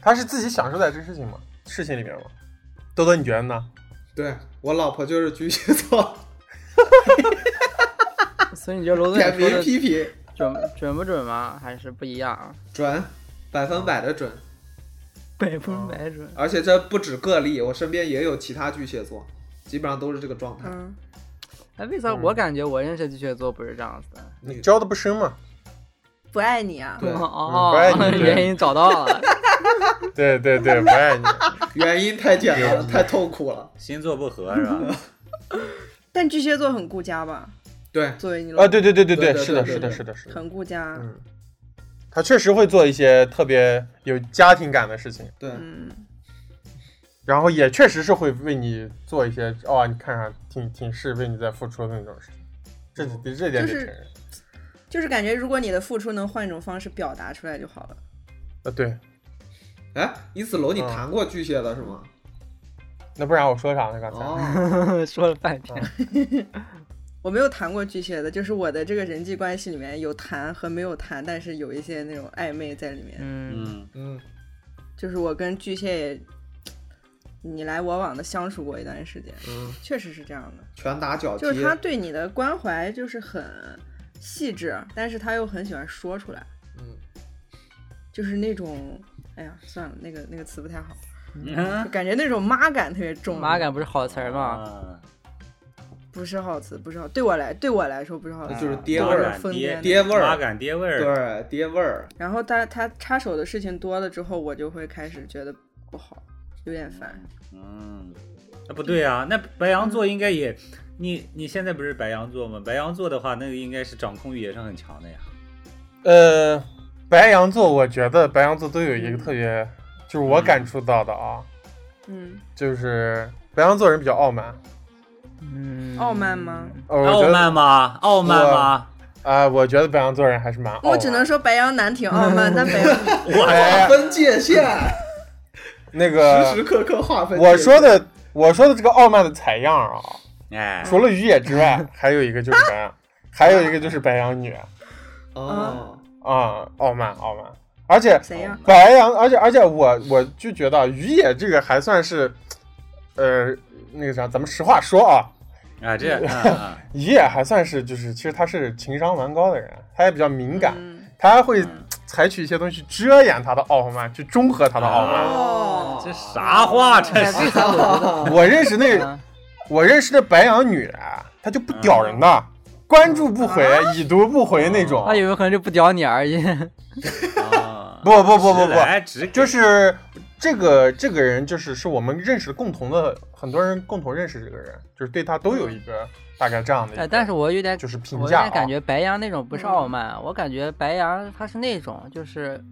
D: 他是自己享受在这事情吗？事情里面吗？多多，你觉得呢？
E: 对我老婆就是巨蟹 <laughs> 座，
C: 所以你觉得罗总也
E: 点
C: 说
E: 名
C: 的
E: 批评，
C: 准准不准吗？还是不一样？
E: 准，百分百的准，
C: 百分百准。
E: 而且这不止个例，我身边也有其他巨蟹座，基本上都是这个状态。
A: 嗯，
C: 哎，为啥我感觉我认识的巨蟹座不是这样子的？
E: 那个
D: 交的
E: <laughs>
D: 不深嘛，
A: 不爱你啊，
E: 对
C: 哦
D: 不爱你，对
C: 原因找到了。
D: 对对对，不爱你。
E: 原因太简
D: <laughs>
E: 单了，太痛苦了。
B: 星座不合是吧？
A: 但巨蟹座很顾家吧？
E: 对，
A: 作为你老
D: 啊，对对对对
E: 对对
D: 是的，
E: 对
D: 是的，
E: 对
D: 是的，是的。
A: 很顾家，
D: 嗯，他确实会做一些特别有家庭感的事情，
E: 对，
A: 嗯，
D: 然后也确实是会为你做一些哦，你看上挺挺是为你在付出的那种事情，这这这点得
A: 就
D: 承
A: 是
D: 认。
A: 就是感觉如果你的付出能换一种方式表达出来就好了。
D: 啊，对，
E: 哎，一子楼你
D: 嗯
E: 谈过巨蟹的是吗？
D: 那不然我说啥呢？刚才、 <laughs>
E: 哦，
C: 说了半天，
A: 我没有谈过巨蟹的，就是我的这个人际关系里面有谈和没有谈，但是有一些那种暧昧在里面。
C: 嗯，
B: 嗯，
E: 嗯，
A: 就是我跟巨蟹也你来我往的相处过一段时间，
E: 嗯，
A: 确实是这样的，
E: 拳打脚踢
A: 就，是他对你的关怀就是很细致，但是他又很喜欢说出来，
E: 嗯，
A: 就是那种，哎呀，算了，那个那个词不太好，
B: 嗯
A: 就感觉那种妈感特别重，
C: 啊嗯妈感不是好词儿吗？
B: 啊
A: 不是好词，不是好，对我来对我来说不是好词，
E: 啊就是爹味
B: 妈
E: 儿
B: 感
A: 疯
B: 爹
A: 癫
E: 爹味儿
B: 妈感爹味儿，
E: 对，爹味儿，
A: 然后他他插手的事情多了之后，我就会开始觉得不好，有点烦。
B: 嗯，那不对啊，那白羊座应该也，你你现在不是白羊座吗？白羊座的话，那个应该是掌控欲也是很强的呀。
D: 呃，白羊座，我觉得白羊座都有一个特别，就是我感触到的啊，
A: 嗯，
D: 就是白羊座人比较傲慢。
C: 嗯，
A: 傲慢吗？
D: 呃、我觉
B: 傲
D: 得
B: 慢吗？傲慢吗？
D: 啊、我觉得白羊座人还是蛮傲慢。
A: 我只能说白羊男挺傲慢，但白
E: <laughs>
A: 羊
D: 哎
E: 划分界限，
D: 那
E: <laughs> 时时刻
D: 个，
E: 刻划
A: <laughs>
E: 分界限。
D: 我说的我说的这个傲慢的采样啊，
B: 哎，
D: 除了于野之
A: <laughs>
D: 外，还有一个就是白羊，还有一个就是白羊女啊、
E: 哦，
D: 傲慢傲慢，而且
A: 谁呀、
D: 白羊，而且而且我我就觉得啊于野这个还算是，呃，那个啥，咱们实话说啊，
B: 啊，这嗯嗯
D: 于野还算是就是，其实他是情商蛮高的人，他也比较敏感，
A: 嗯，
D: 他会采取一些东西去遮掩他的傲慢，去中和
A: 啊
D: 他的傲慢。
A: 哦
B: 这啥话？这
C: <laughs> 哎为
B: 是
C: 啥我
D: <laughs> 我认识那
C: 觉得？
D: 我认识的白羊女人啊，她就不屌人的，
C: 嗯
D: 关注不回，
C: 啊
D: 已读不回那种。
C: 他有没有可能就不屌你而已？
B: 啊
D: 不不不不
B: 直
D: 不，
B: 来直给
D: 就是这个这个人，就是是我们认识的共同的，很多人共同认识这个人，就是对他都有一个大概这样的一个。
C: 哎，但是我有点
D: 就是评
C: 我有
D: 价、啊，
C: 点感觉白羊那种不是傲慢，我感觉白羊他是那种，就是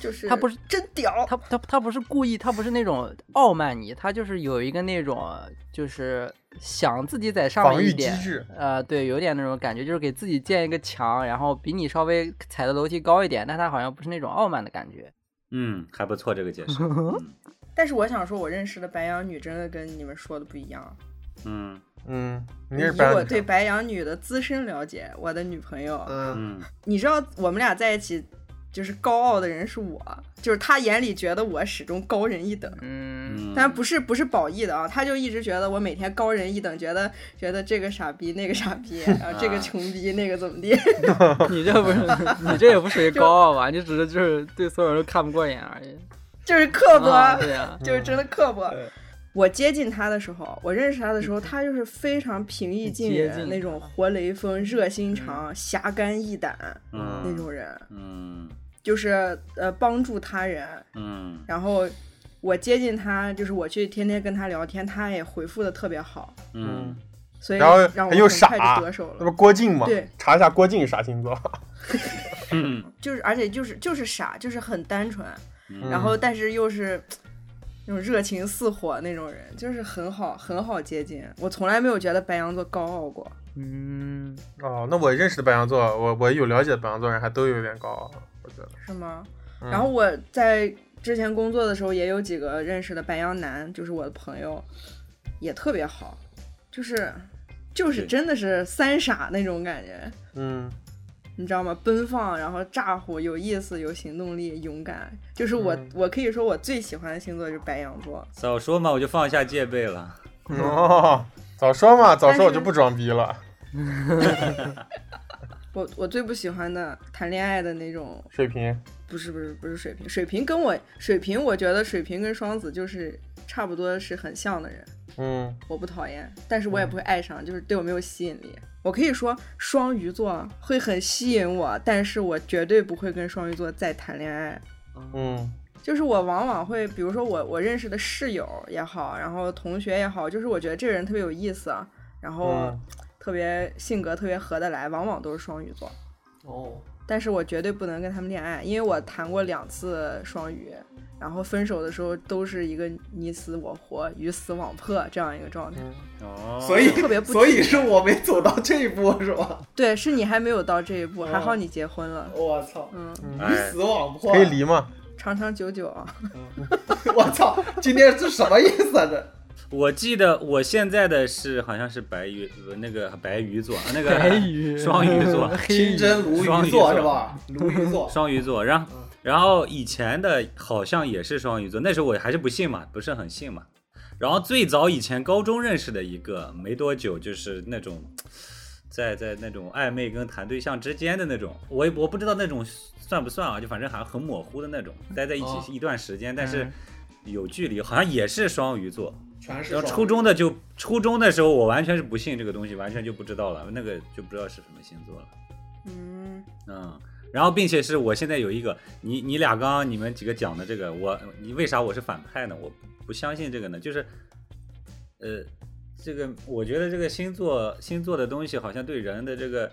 A: 就是
C: 他不是
A: 真屌，
C: 他他他不是故意，他不是那种傲慢你，他就是有一个那种就是想自己在上
D: 防
C: 面一
D: 御机
C: 点，
D: 制。
C: 呃，对，有点那种感觉，就是给自己建一个墙，然后比你稍微踩的楼梯高一点，但他好像不是那种傲慢的感觉。
B: 嗯，还不错这个解释。嗯
A: 但是我想说，我认识的白羊女真的跟你们说的不一样。
B: 嗯
D: 嗯，你
A: 以
D: 是白羊
A: 我
D: 女
A: 对
D: 生，
A: 白羊女的资深了解，我的女朋友，
E: 嗯，
B: 嗯
A: 你知道我们俩在一起，就是高傲的人是我，就是她眼里觉得我始终高人一等。
C: 嗯，
B: 嗯，
A: 但不是不是褒义的啊，他就一直觉得我每天高人一等，觉得觉得这个傻逼那个傻
D: <laughs>
A: 逼，然后这
D: 啊
A: 个穷逼那个怎么地， <laughs>
C: 嗯你这不是 <laughs> 你这也不属于高傲吧？你只是就是对所有人都看不过眼而已。
A: 就是刻薄，
C: 啊对呀，
A: 就是真的
D: 嗯
A: 刻薄
E: 对。
A: 我接近他的时候，我认识他的
D: 嗯
A: 时候，他就是非常平易近
C: 接
A: 人
C: 近
A: 那种活雷锋、热心肠、
D: 嗯
A: 侠肝义胆那
B: 嗯
A: 种人，
B: 嗯
A: 就是呃帮助他人，
B: 嗯
A: 然后。我接近他，就是我去天天跟他聊天，他也回复的特别好，
B: 嗯，
A: 所以
D: 然后
A: 让我
D: 又
A: 很快
D: 傻
A: 就得手了
D: 那。不郭靖吗？
A: 对，
D: 查一下郭靖啥星座。
B: 嗯
A: 就是而且就是就是傻，就是很单纯，
B: 嗯
A: 然后但是又是那种热情似火那种人，就是很好很好接近。我从来没有觉得白羊座高傲过，
C: 嗯，
D: 哦，那我认识的白羊座，我我有了解的白羊座人还都有点高傲，我觉得。
A: 是吗？
D: 嗯
A: 然后我在之前工作的时候也有几个认识的白羊男，就是我的朋友，也特别好，就是就是
B: 对
A: 真的是三傻那种感觉。
D: 嗯，
A: 你知道吗？奔放，然后咋呼，有意思，有行动力，勇敢，就是我，
D: 嗯
A: 我可以说我最喜欢的星座就是白羊座。
B: 早说嘛，我就放下戒备了。
D: 哦， <laughs> 早说嘛，早说我
A: 但是
D: 就不装逼了。
A: 我我最不喜欢的谈恋爱的那种，
D: 水瓶，
A: 不是不是不是水瓶，水瓶跟我水瓶，我觉得水瓶跟双子就是差不多是很像的人，
D: 嗯，
A: 我不讨厌，但是我也不会爱上，就是对我没有吸引力。我可以说双鱼座会很吸引我，但是我绝对不会跟双鱼座再谈恋爱。
D: 嗯，
A: 就是我往往会，比如说我我认识的室友也好，然后同学也好，就是我觉得这个人特别有意思，啊然后
D: 嗯
A: 特别性格特别合得来，往往都是双鱼座。
E: 哦，
A: 但是我绝对不能跟他们恋爱，因为我谈过两次双鱼，然后分手的时候都是一个你死我活、鱼死网破这样一个状态。
B: 哦，
E: 所以
A: 特别不
E: 所以是我没走到这一步是吧？
A: 对，是你还没有到这一步，还好你结婚了。
E: 我操，
A: 嗯，
B: 哎，
E: 死网破
D: 可，以离吗？
A: 长长久久啊，
E: 我操，今天是什么意思啊？这
B: 我记得我现在的是好像是白鱼，呃那个白鱼座，那个
C: 白啊鱼、
B: 双鱼
C: <laughs>
B: 座，
E: 清
C: 真
E: 蒸鲈
B: 双
E: 鱼
B: 鱼
E: 座
B: 座
E: 是吧？鲈鱼座，
B: 双鱼座，然后
E: 嗯
B: 然后以前的好像也是双鱼座，那时候我还是不信嘛，不是很信嘛。然后最早以前高中认识的一个，没多久就是那种在在那种暧昧跟谈对象之间的那种，我也我不知道那种算不算啊，就反正好像很模糊的那种，待在一
E: 哦嗯
B: 起一段时间，但是有距离，好像也是双鱼座。
E: 全是
B: 然后
E: 双
B: 初
E: 鱼
B: 中的就初中的时候，我完全是不信这个东西，完全就不知道了，那个就不知道是什么星座了。
A: 嗯，
B: 嗯，然后并且是我现在有一个，你你俩刚刚你们几个讲的这个，我你为啥我是反派呢？我不相信这个呢，就是，呃，这个我觉得这个星座星座的东西好像对人的这个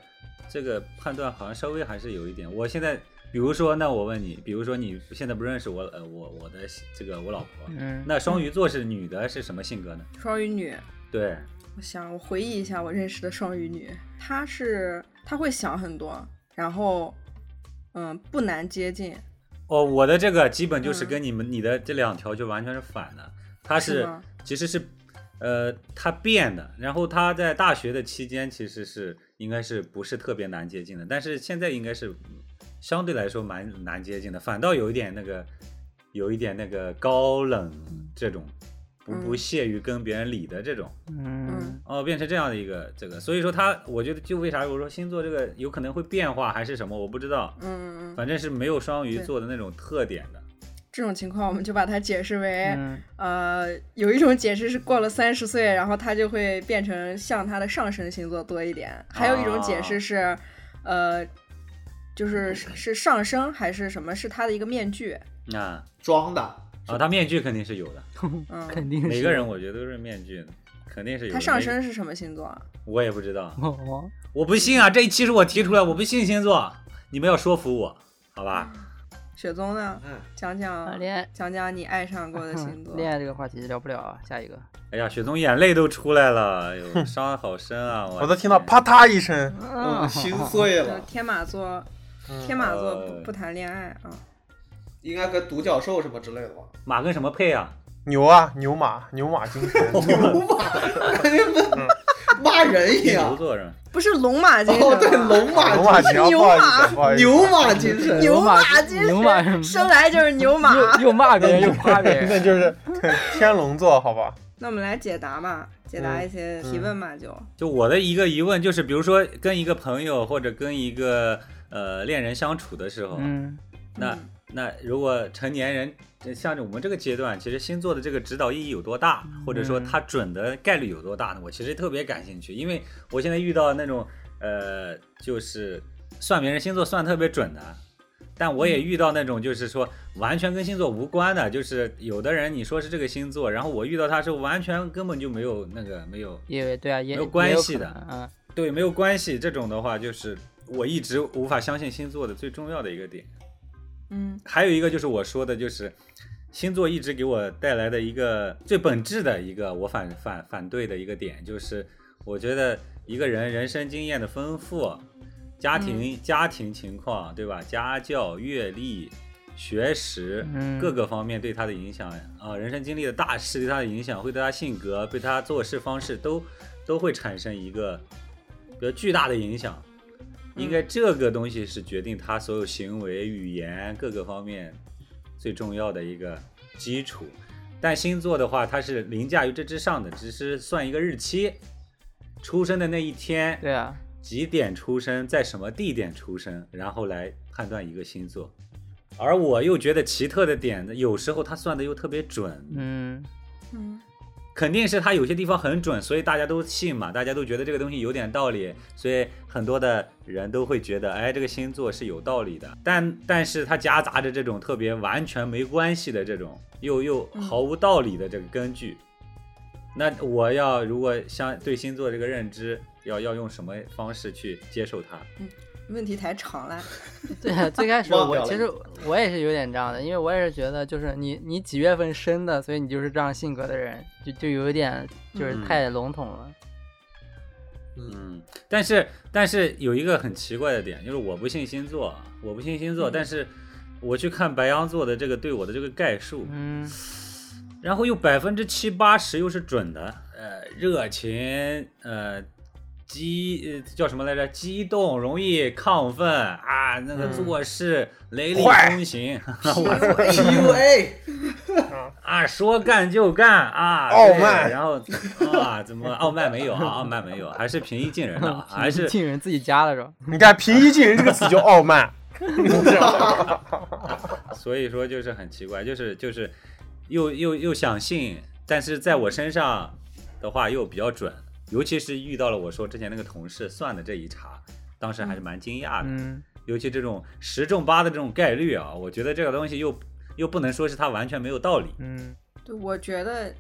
B: 这个判断好像稍微还是有一点。我现在比如说，那我问你，比如说你现在不认识我，呃，我我的这个我老婆，
C: 嗯，
B: 那双鱼座是女的，是什么性格呢？
A: 双鱼女，
B: 对，
A: 我想我回忆一下我认识的双鱼女，她是她会想很多，然后嗯不难接近，
B: 哦，我的这个基本就是
A: 嗯
B: 跟你们、你的这两条就完全是反的，它
A: 是
B: 是
A: 吗
B: 其实是呃它变的，然后它在大学的期间其实是应该是不是特别难接近的，但是现在应该是相对来说蛮难接近的，反倒有一点那个有一点那个高冷这种不不
A: 嗯
B: 屑于跟别人理的这种。
C: 嗯，
B: 哦，变成这样的一个这个，所以说他，我觉得就为啥我说星座这个有可能会变化还是什么，我不知道，
A: 嗯嗯嗯，
B: 反正是没有双鱼
A: 对
B: 座的那种特点的。
A: 这种情况我们就把它解释为。
C: 嗯
A: 呃，有一种解释是过了三十岁，然后他就会变成像他的上升星座多一点；还有一种解释是，呃，就是是是上升还是什么，是他的一个面具。
B: 啊
E: 装的，
B: 啊，他面具肯定是有
D: <laughs>
B: 的，
A: 嗯，
C: 肯定是
B: 每个人我觉得都是面具的，肯定是有的。
A: 他上
B: 每
A: 升是什么星座啊？
B: 我也不知道，
C: 哦，
B: 我不信啊！这一期是我提出来，我不信星座， <laughs> 你们要说服我，好吧？
D: 嗯
A: 雪宗呢？
E: 嗯，
A: 讲讲
C: 啊恋爱
A: 讲讲你爱上过的星座。
C: 嗯 <laughs> 恋爱这个话题聊不了啊，下一个。
B: 哎呀，雪宗眼泪都出来了，哎
D: <laughs>
B: 呦，伤好深啊！我
D: 我都听到啪嗒一声，
E: 嗯，心碎
A: 就
E: 了，
A: 天马座，
D: 嗯
A: 天马座
B: 呃
A: 不不谈恋爱啊。
E: 应该跟独角兽什么之类的吧？ <laughs>
B: 马跟什么配啊？
D: 牛啊，牛马，牛马精神，
E: 牛马，骂人一
D: 啊
B: 金牛
E: 样。
B: 座是吧？
A: 不是龙马精神
E: 哦，
A: 吗？
E: 对，龙马
D: 龙马
E: 精
D: 精神，不好意思，不好意
E: 神，
D: 思
E: 牛马精神，
A: 牛
C: 马
A: 马精
C: 牛马
A: 神，生来就是牛马。
C: 又又骂别
B: <laughs>
C: 人又夸别
D: 那
C: 人，
D: 就是 <laughs> 天龙座，好吧？
A: 那我们来解答吧，解答一些提问吧，就、
B: 就我的一个疑问就是，比如说跟一个朋友或者跟一个呃恋人相处的时候，
C: 嗯，
B: 那
A: 嗯
B: 那如果成年人呃像我们这个阶段，其实星座的这个指导意义有多大，或者说它准的概率有多大呢？我其实特别感兴趣，因为我现在遇到那种呃，就是算别人星座算特别准的，但我也遇到那种就是说完全跟星座无关的，就是有的人你说是这个星座，然后我遇到他是完全根本就没有那个没有
C: 也对啊，也
B: 没有关系的
C: 嗯，
B: 对没有关系这种的话，就是我一直无法相信星座的最重要的一个点。
A: 嗯
B: 还有一个就是我说的，就是星座一直给我带来的一个最本质的一个我反反反对的一个点，就是我觉得一个人人生经验的丰富，家庭、家庭情况对吧？家教、阅历、学识、
C: 嗯
B: 各个方面对他的影响啊，人生经历的大事对他的影响，会对他性格、对他做事方式都都会产生一个比较巨大的影响。应该这个东西是决定他所有行为、语言各个方面最重要的一个基础。但星座的话，它是凌驾于这之上的，只是算一个日期，出生的那一天，
C: 对啊，
B: 几点出生，在什么地点出生，然后来判断一个星座。
A: <laughs>
B: 而我又觉得奇特的点，有时候他算的又特别准，
C: 嗯，
A: 嗯，
B: 肯定是他有些地方很准，所以大家都信嘛，大家都觉得这个东西有点道理，所以很多的人都会觉得，哎，这个星座是有道理的。但但是它夹杂着这种特别完全没关系的这种，又又毫无道理的这个根据。那我要如果相对星座这个认知，要要用什么方式去接受它？
A: 问题太长了，
C: 对，啊最开始
E: 忘
C: 我
E: 掉了
C: 其实我也是有点这样的，因为我也是觉得就是你你几月份生的，所以你就是这样性格的人，就就有一点就是
B: 嗯
C: 太笼统了。
B: 嗯，但是但是有一个很奇怪的点，就是我不信星座，我不信星座，但是我去看白羊座的这个对我的这个概述，
C: 嗯，
B: 然后有百分之七八十又是准的，呃，热情，呃，激呃叫什么来着？激动，容易亢奋啊，那个
D: 嗯
B: 做事雷厉
D: 坏
B: 风行， <laughs>
E: PUA，
B: 啊，说干就干啊，
D: 傲
B: 对
D: 慢
B: 然后啊，怎么傲慢没有啊？傲慢没有，还是平易近人的，啊，还是
C: 进人自己加的是吧？
D: 你看“平易近人”这个词就傲慢， <laughs>
B: 所以说就是很奇怪，就是就是又又又想信，但是在我身上的话又比较准，尤其是遇到了我说之前那个同事算的这一茬，当时还是蛮惊讶的。
C: 嗯，
B: 尤其这种十中八的这种概率啊，我觉得这个东西又又不能说是它完全没有道理。
C: 嗯，
A: 对，我觉得，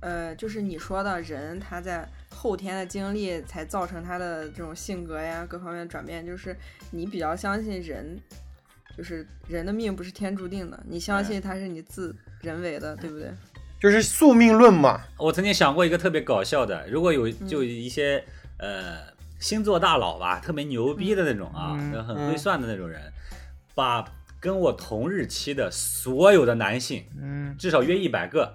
A: 呃，就是你说的人他在后天的经历才造成他的这种性格呀各方面的转变，就是你比较相信人，就是人的命不是天注定的，你相
B: 哎
A: 信他是你自人为的，对不对？
D: 就是宿命论嘛。
B: 我曾经想过一个特别搞笑的，如果有
C: 嗯
B: 就一些、呃星座大佬吧，特别牛逼的那种啊，
C: 嗯
B: 很会算的那种人，把跟我同日期的所有的男性，
C: 嗯，
B: 至少约一百个，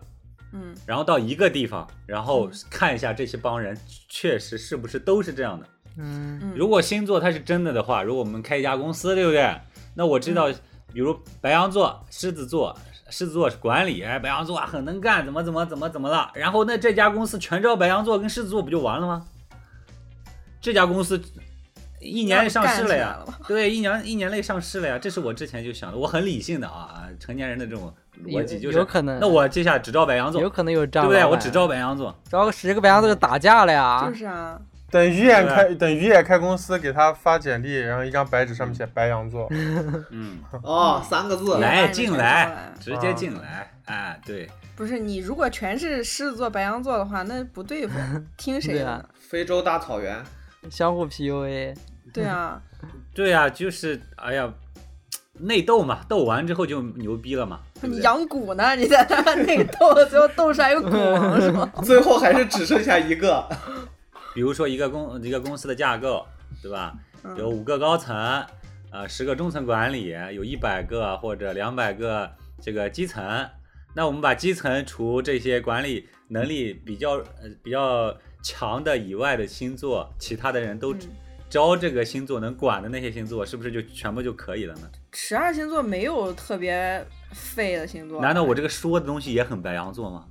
A: 嗯
B: 然后到一个地方，然后看一下这些帮人确实是不是都是这样的。
C: 嗯，
A: 嗯，
B: 如果星座它是真的的话，如果我们开一家公司，对不对？那我知
A: 嗯
B: 道，比如白羊座、狮子座，狮子座是管理，哎，白羊座啊很能干，怎么怎么怎么怎么了？然后那这家公司全招白羊座跟狮子座，不就完了吗？这家公司一年上市了呀
A: 干起来了吧，
B: 对，一年一年内上市了呀，这是我之前就想的，我很理性的啊，啊成年人的这种逻
C: 有
B: 辑就是，
C: 有可
A: 嗯
C: 能，
B: 那我接下来只招白羊座，
C: 有可能有这
B: 对
C: 样
B: 不
C: 的
B: 对？
C: 老
B: 我
C: 板
B: 只招白羊座，
C: 招个十个白羊座就打架了呀
A: 就。是啊，
D: 等于也
B: 对
D: 开，等于也开公司，给他发简历，然后一张白纸上面写白羊座，
B: 嗯，
E: 哦，三个字，
B: 来
A: 嗯
B: 进来，直接进来，哎，对。
A: 不是你如果全是狮子座、白羊座的话，那不
B: <laughs>
A: 对付，听谁
C: 对
A: 的
C: 啊
A: 呢？
E: 非洲大草原，
C: 相互 PUA，
A: 对
B: <laughs>
A: 啊，
B: 对啊，就是哎呀，内斗嘛，斗完之后就牛逼了嘛。对不
A: 你
B: 对
A: 养蛊呢？你在那 <laughs> 内斗，最后斗出来有蛊王是吗？
E: 最后还是只剩下一个，
B: 比如说一个公一个公司的架构，对吧？
A: 嗯
B: 有五个高层，呃，十个中层管理，有一百个或者两百个这个基层。那我们把基层除这些管理能力比较呃比较强的以外的星座，其他的人都
A: 嗯
B: 招这个星座能管的那些星座，是不是就全部就可以了呢？
A: 十二星座没有特别废的星座。
B: 难道我这个说的东西也很白羊座吗？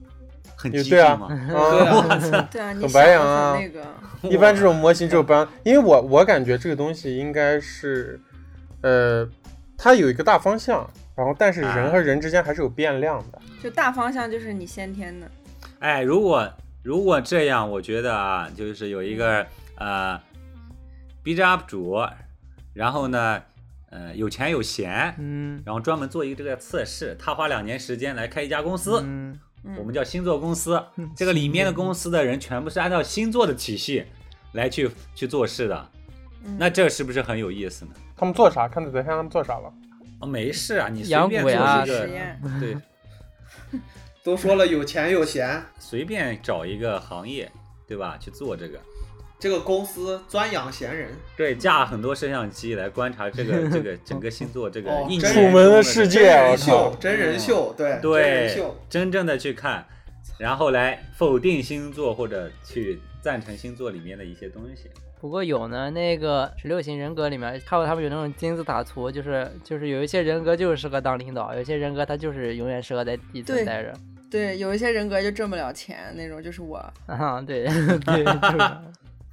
B: 很
D: 也
B: 激
D: 对
B: 进
D: 啊
B: 吗？
D: <laughs>
E: 对
D: 啊，
E: 啊，
A: 对啊，你
D: 很白
A: 想
D: 羊啊
A: 很那个，
D: 一般这种模型只有白羊，因为我我感觉这个东西应该是，呃，它有一个大方向，然后但是人和人之间还是有变量的，
A: 就大方向就是你先天的，
B: 哎，如果如果这样，我觉得啊，就是有一个呃，B 站 UP 主，然后呢，呃，有钱有闲，
C: 嗯，
B: 然后专门做一个这个测试，他花两年时间来开一家公司，
C: 嗯
B: 我们叫星座公司，
D: 嗯
B: 这个里面的公司的人全部是按照星座的体系来去去做事的，
A: 嗯
B: 那这是不是很有意思呢？
D: 他们做啥，看得得看他们做啥了。
B: 哦、没事啊，你随
C: 养
B: 便做
C: 蛊呀
B: 一
C: 这
A: 实
B: 个，
A: 验。
B: 对，
E: <laughs> 都说了有钱有闲，
B: 随便找一个行业，对吧？去做这个。
E: 这个公司专养闲人，
B: 对，架很多摄像机来观察这个这个整个星座这个
E: 哦
B: 一
E: 真
B: 年中
E: 人楚门
D: 的
B: 的
D: 世
B: 这
D: 界
E: 真人
D: 我
E: 秀
D: 靠，
E: 真人秀，对，
B: 个
E: 真人
B: 对
E: 秀，
B: 真正的去看，然后来否定星座或者去赞成星座里面的一些东西。
C: 不过有呢，那个十六型人格里面看过他们有那种金字塔图，就是就是有一些人格就是适合当领导，有些人格他就是永远适合在底层
A: 对
C: 待着。
A: 对，有一些人格就挣不了钱那种，就是我，
C: 啊，对 <laughs> 对，就是这样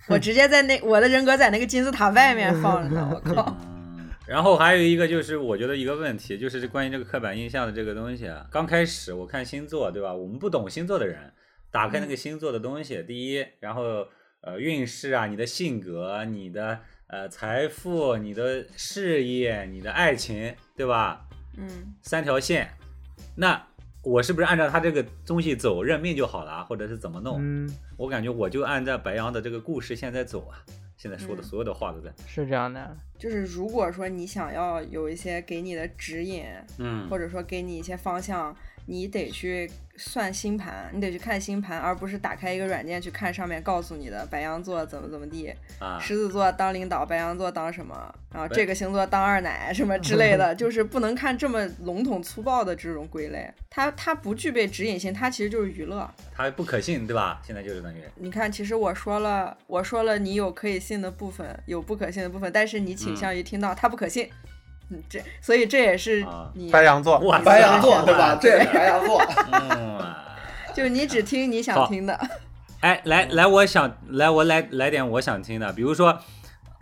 A: 我直接在那我的人格在那个金字塔外面放着呢，我靠，
B: 嗯，然后还有一个就是，我觉得一个问题就是这关于这个刻板印象的这个东西啊。刚开始我看星座，对吧？我们不懂星座的人，打开那个星座的东西，第一，然后呃运势啊，你的性格，你的呃财富，你的事业，你的爱情，对吧？
A: 嗯
B: 三条线，那我是不是按照他这个东西走，认命就好了啊，或者是怎么弄？
D: 嗯，
B: 我感觉我就按照白羊的这个故事现在走啊，现在说的
A: 嗯
B: 所有的话都在，
C: 是这样的，
A: 就是如果说你想要有一些给你的指引，
B: 嗯
A: 或者说给你一些方向，你得去算星盘，你得去看星盘，而不是打开一个软件去看上面告诉你的白羊座怎么怎么地，
B: 啊，
A: 狮子座当领导，白羊座当什么，然后
B: 对
A: 这个星座当二奶什么之类的，
B: <laughs>
A: 就是不能看这么笼统粗暴的这种归类，它它不具备指引性，它其实就是娱乐。
B: 他不可信，对吧？现在就是等于，
A: 你看，其实我说了，我说了，你有可以信的部分，有不可信的部分，但是你倾向于听到它不可信，嗯，这所以这也是
B: 啊
A: 你、
D: 白羊座，
B: 哇，
E: 哦 <laughs> 白羊座
B: 塞啊
E: 对吧？这也是
B: <laughs>
E: 白羊座，
B: 嗯
E: <laughs>
B: 啊
A: 就是你只听你想
B: 好
A: 听的，
B: 哎，来来，我想来，我来来点我想听的，比如说，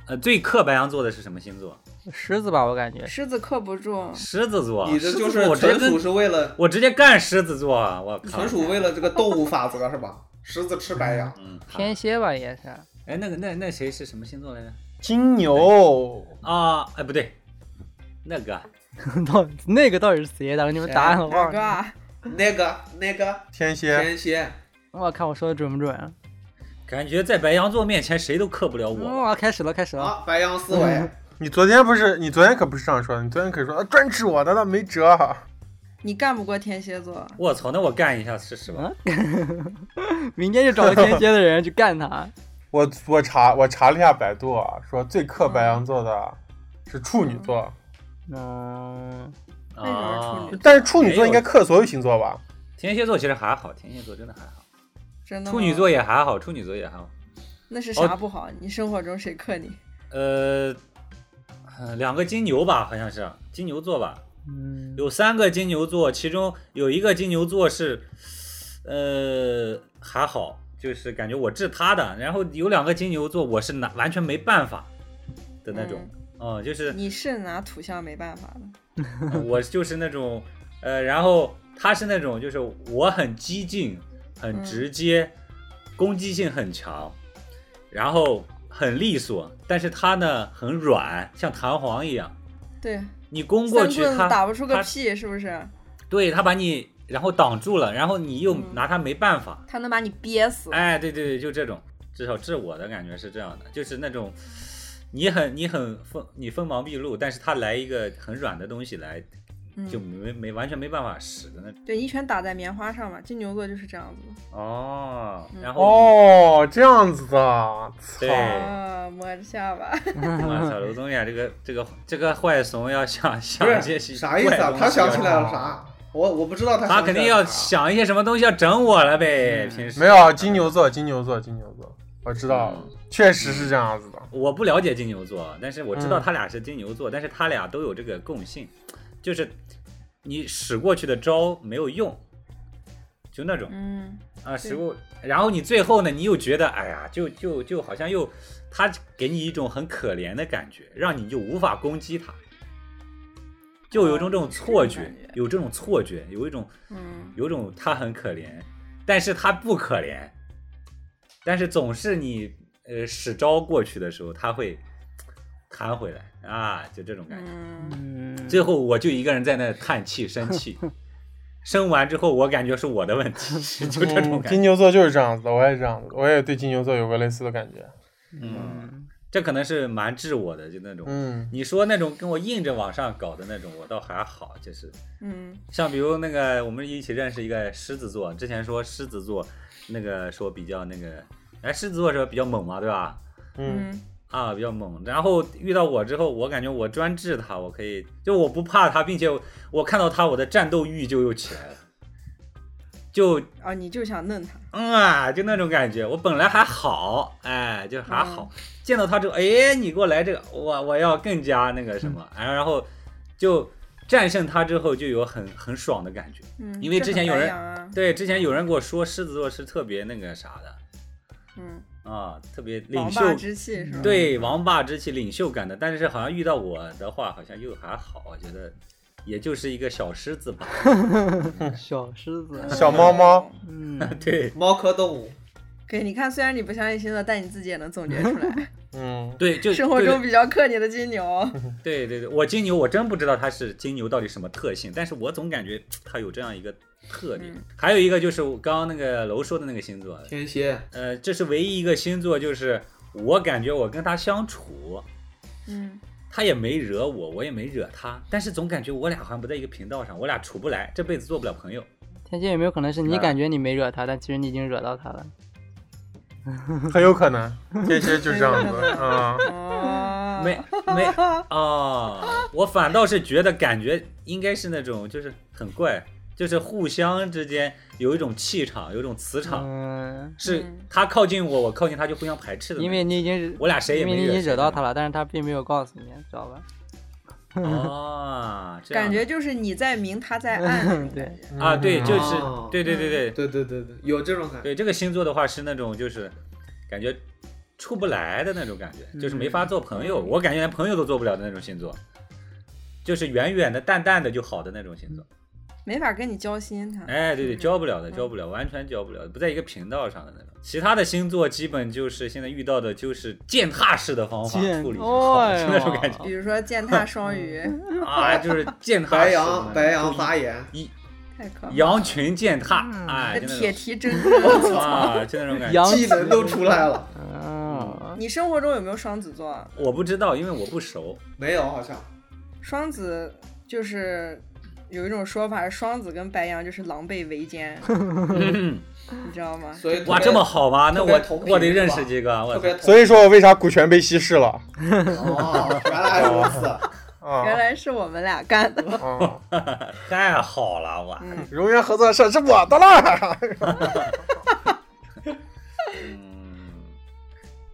B: 呃，最克白羊座的是什么星座？
C: 狮子吧，我感觉
A: 狮子克不住，
B: 狮子座。
E: 你这
B: 狮子座
E: 就是
B: 我直接
E: 纯属
B: 跟啊
E: 是为了
B: 我直接干狮子座啊，我靠
E: 纯。属为了这个动物法则是吧？狮子吃白
B: <laughs>
E: 羊，
B: 嗯，好
C: 天蝎吧也是， <laughs>
B: 哎，那个那那谁是什么星座来着？
D: 金牛，
B: 啊，哎不对，那个啊
C: 到那个到底是谁？打给你们答案我
A: 大
C: 忘
A: 哥
C: 了。
A: 啊，
E: 那个那个
D: 天蝎，
E: 天蝎，
B: 啊
C: 我看我说的准啊不准？
B: 感觉在白羊座面前谁都克不了
A: 哦
B: 我。
C: 哇，开始了，开始了。
E: 啊，白羊思维，
B: 嗯
D: 你昨天不是你昨天可不是这样说的，你昨天可说啊专吃我的，那没辙。啊
A: 你干不过天蝎座，
B: 我操，那我干一下试试吧。
C: 明天就找个天蝎的人去干他。
D: 我我查我查了一下百度啊，说最克白羊座的是处女座，
C: 嗯，
A: 为什么
B: 啊
A: 是处，女
D: 但是处女座应该克所有星座吧？
B: 天蝎座其实还好，天蝎座真的还好，
A: 真的
B: 处
A: 吗
B: 女座也哦还好，处女座也还好。
A: 那是啥不好？你生活中谁克你？
B: 呃，呃两个金牛吧，好像是金牛座吧，
C: 嗯，
B: <laughs>
C: <laughs>
B: 有三个金牛座，其中有一个金牛座是，呃，还好，就是感觉我治他的。然后有两个金牛座，我是拿完全没办法的那种，
A: <laughs>
B: 哦、就是
A: 你是拿土象没办法的，
B: 呃我就是那种，呃，然后他是那种，就是我很激进，很直接，攻击性很强，然后很利索，但是他呢很软，像弹簧一样。
A: 对，
B: 你攻过
A: 三
B: 去，
A: 棍子
B: 他
A: 打不出个
B: 他
A: 屁，是不是？
B: 对他把你然后挡住了，然后你又
A: 嗯
B: 拿他没办法。
A: 他能把你憋死。
B: 哎，对对对，就这种，至少治我的感觉是这样的，就是那种你很你很锋你锋芒毕露，但是他来一个很软的东西来，就
A: 嗯，
B: 没没完全没办法使的那种。
A: 对，一拳打在棉花上嘛，金牛座就是这样子的。
B: 哦，
A: 嗯
B: 然后
D: 哦，这样子的，操
B: 对，
A: 啊，摸着下巴，
B: 我操，楼宗远这个这个这个坏怂要想
E: 不
B: 想一些
E: 是啥意思
B: 怪
E: 啊
B: 东？西
E: 他想起来了
D: 啊
E: 啥？我我不知道他
B: 他
E: 想起
B: 肯
E: 来
B: 定
E: 了
B: 要
E: 啥
B: 想一些什么东西要整我了呗，
D: 嗯
B: 平时
D: 没有金牛座，金牛座，金牛座，我知道了，
B: 嗯
D: 确实是这样子的。
B: 我不了解金牛座，但是我知道
D: 嗯
B: 他俩是金牛座，但是他俩都有这个共性，就是你使过去的招没有用，就那种
A: <laughs> 嗯，
B: 啊使过，然后你最后呢，你又觉得哎呀，就就就好像又他给你一种很可怜的感觉，让你就无法攻击他，就有一种这种错
A: 这
B: 觉
A: 种感觉，
B: 有这种错觉，有一种
A: 嗯，
B: 有种他很可怜，但是他不可怜，但是总是你呃使招过去的时候，他会弹回来啊，就这种感觉。
A: 嗯，
C: 嗯，
B: 最后我就一个人在那叹气生气，生完之后我感觉是我的问题， <laughs> 就这种
D: 嗯，金
B: 感觉。
D: 牛座就是这样子的，我也这样子，我也对金牛座有过类似的感觉。
B: 嗯，这可能是蛮治我的，就那种。
D: 嗯，
B: 你说那种跟我硬着往上搞的那种，我倒还好，就是
A: 嗯，
B: 像比如那个我们一起认识一个狮子座，之前说狮子座那个说比较那个，哎，狮子座是比较猛嘛，对吧？
D: 嗯，
A: 嗯，
B: 啊，比较猛。然后遇到我之后，我感觉我专治他，我可以就我不怕他，并且我看到他，我的战斗欲就又起来了，就
A: 啊，你就想弄他，
B: 嗯啊，就那种感觉。我本来还好，哎，就还好，见到他之后，哎，你给我来这个，我我要更加那个什么，哎，然后就战胜他之后，就有很很爽的感觉。
A: 嗯，
B: 因为之前有人
A: 这很白羊啊，
B: 对，之前有人跟我说狮子座是特别那个啥的
A: 嗯，
B: 啊，特别领
A: 王
B: 袖
A: 霸之气是吧？，
B: 对王霸之气、领袖感的，但是好像遇到我的话，好像又还好，我觉得也就是一个小狮子吧。 <laughs>
C: 小狮子，
D: 小猫猫，
C: 嗯，
B: 对
E: 猫科动物，
A: 对，你看，虽然你不相信星座，但你自己也能总结出来。
D: 嗯，
B: <laughs> 对，就
A: 生活
B: 对
A: 中比较克你的金
B: <laughs>
A: 牛，
B: 对对对，我金牛我真不知道它是金牛到底什么特性，但是我总感觉它有这样一个特
A: 嗯
B: 点。还有一个就是我刚刚那个楼说的那个星座，
E: 天蝎，
B: 呃，这是唯一一个星座，就是我感觉我跟他相处，
A: 嗯，
B: 他也没惹我，我也没惹他，但是总感觉我俩好像不在一个频道上，我俩处不来，这辈子做不了朋友。
C: 天蝎有没有可能是你
B: 嗯
C: 感觉你没惹他，但其实你已经惹到他了？
D: 很有可能，这些就这样子啊。
A: 哦，
B: 没没啊、我反倒是觉得感觉应该是那种就是很怪，就是互相之间有一种气场，有一种磁场，
C: 嗯，
B: 是
A: 嗯
B: 他靠近我，我靠近他就互相排斥的那种。
C: 因为你已经
B: 我俩谁也
C: 因为
B: 没
C: 你已经
B: 谁
C: 惹到他
B: 了。
C: 了，但是他并没有告诉你，知道吧？
B: 哦，这样
A: 感
B: 的
A: 觉就是你在明，他在暗那种
C: <laughs> 对
A: 感觉。
B: <laughs> 啊， <laughs> 对，
D: 嗯
B: 就是
E: 哦
B: 对对对对，
E: 对对对对，有这种感觉。
B: 对这个星座的话，是那种就是感觉出不来的那种感觉，就是没
C: 嗯
B: 法做朋友。我感觉连朋友都做不了的那种星座，就是远远的、淡淡的就好的那种星座。
A: 没法跟你交心他。
C: 嗯
B: 哎，对对，交不了的，交不了，完全交不了，不在一个频道上的那种。其他的星座基本就是现在遇到的就是践踏式的方法
C: 践
B: 处理就好了，
C: 哎
B: 就
C: 呦
B: <laughs> 那种感觉
A: 比如说践踏双
B: <laughs>
A: 鱼，
B: 啊，就是践踏
E: 白
B: 式的
E: 羊，白羊
B: 就是
E: 发言，
B: 一
A: 太可怕了。
B: 羊群践踏，
C: 嗯
B: 哎，就
A: 铁
B: 那
A: 蹄铮
B: <laughs>
A: 铮。
B: 种啊，就那种感觉。
C: 羊
E: 技能都出来了，
C: 嗯，
A: 你生活中有没有双子座啊？
B: 我不知道，因为我不
C: <laughs>
B: 熟。
E: 没有好像。
A: 双子就是有一种说法，双子跟白羊就是狼狈为奸，你知道吗？
E: 所以
B: 哇，
E: 特别
B: 这么好吗？那
E: 特别
B: 我
E: 同频
B: 我得认
E: 是
B: 识
E: 吧
B: 几个。我
E: 特
B: 操
E: 别
D: 所以说我为啥股权被稀释了
E: 哦，原来如此。
B: 哦 <laughs>
D: 啊
A: 原来是我们俩干的。 <laughs>
D: 啊？
B: 太好了，哇！
A: 嗯
D: 荣源合作社是我的啦。
B: 嗯，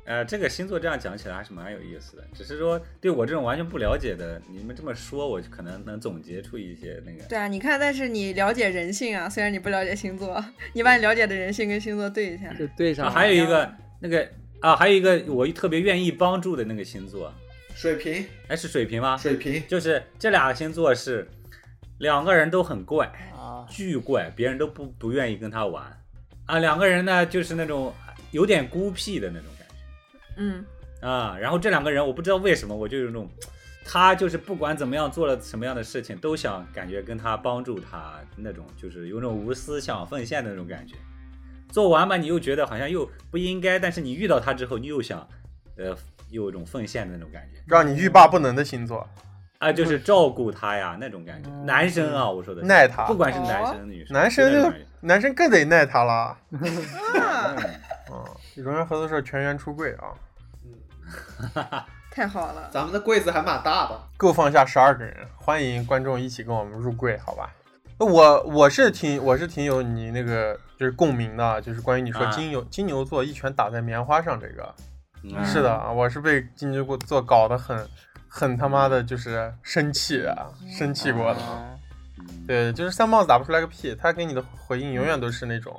B: 呃，这个星座这样讲起来还是蛮有意思的，只是说对我这种完全不了解的，你们这么说，我可能能总结出一些那个。
A: 对啊，你看，但是你了解人性啊，虽然你不了解星座，你把你了解的人性跟星座对一下。
C: 就对上
B: 啊，
C: 了。
B: 还有一个那个啊，还有一个我特别愿意帮助的那个星座，
E: 水平，
B: 哎，是水瓶吗？
E: 水平，
B: 就是这俩星座是两个人都很怪，
C: 啊，
B: 巨怪，别人都不不愿意跟他玩啊。两个人呢，就是那种有点孤僻的那种感觉。
A: 嗯，
B: 啊，然后这两个人我不知道为什么，我就有那种，他就是不管怎么样做了什么样的事情，都想感觉跟他帮助他那种，就是有种无私想奉献的那种感觉。做完吧，你又觉得好像又不应该，但是你遇到他之后，你又想，呃，有一种奉献的那种感觉
D: <laughs> 让你欲罢不能的星座，
B: 啊，就是照顾他呀那种感觉。男生啊，我说的是
D: 耐他
B: 不管是男生女生，
D: 男生
B: 就那种
D: 就
B: 感觉
D: 男生更得耐
B: <laughs>
D: 他了。
A: 啊，
D: 嗯，荣源合作社全员出柜啊，
A: 太好了。
E: 咱们的柜子还蛮大的。
D: 够放下十二个人，欢迎观众一起跟我们入柜，好吧？我我是挺我是挺有你那个就是共鸣的，就是关于你说
B: 啊
D: 金牛、金牛座一拳打在棉花上这个，
B: 嗯啊
D: 是的啊，我是被金牛座搞得很很他妈的就是生气啊，生气过的。
C: 嗯
D: 对，就是三棒子打不出来个屁，他给你的回应永远都是那种，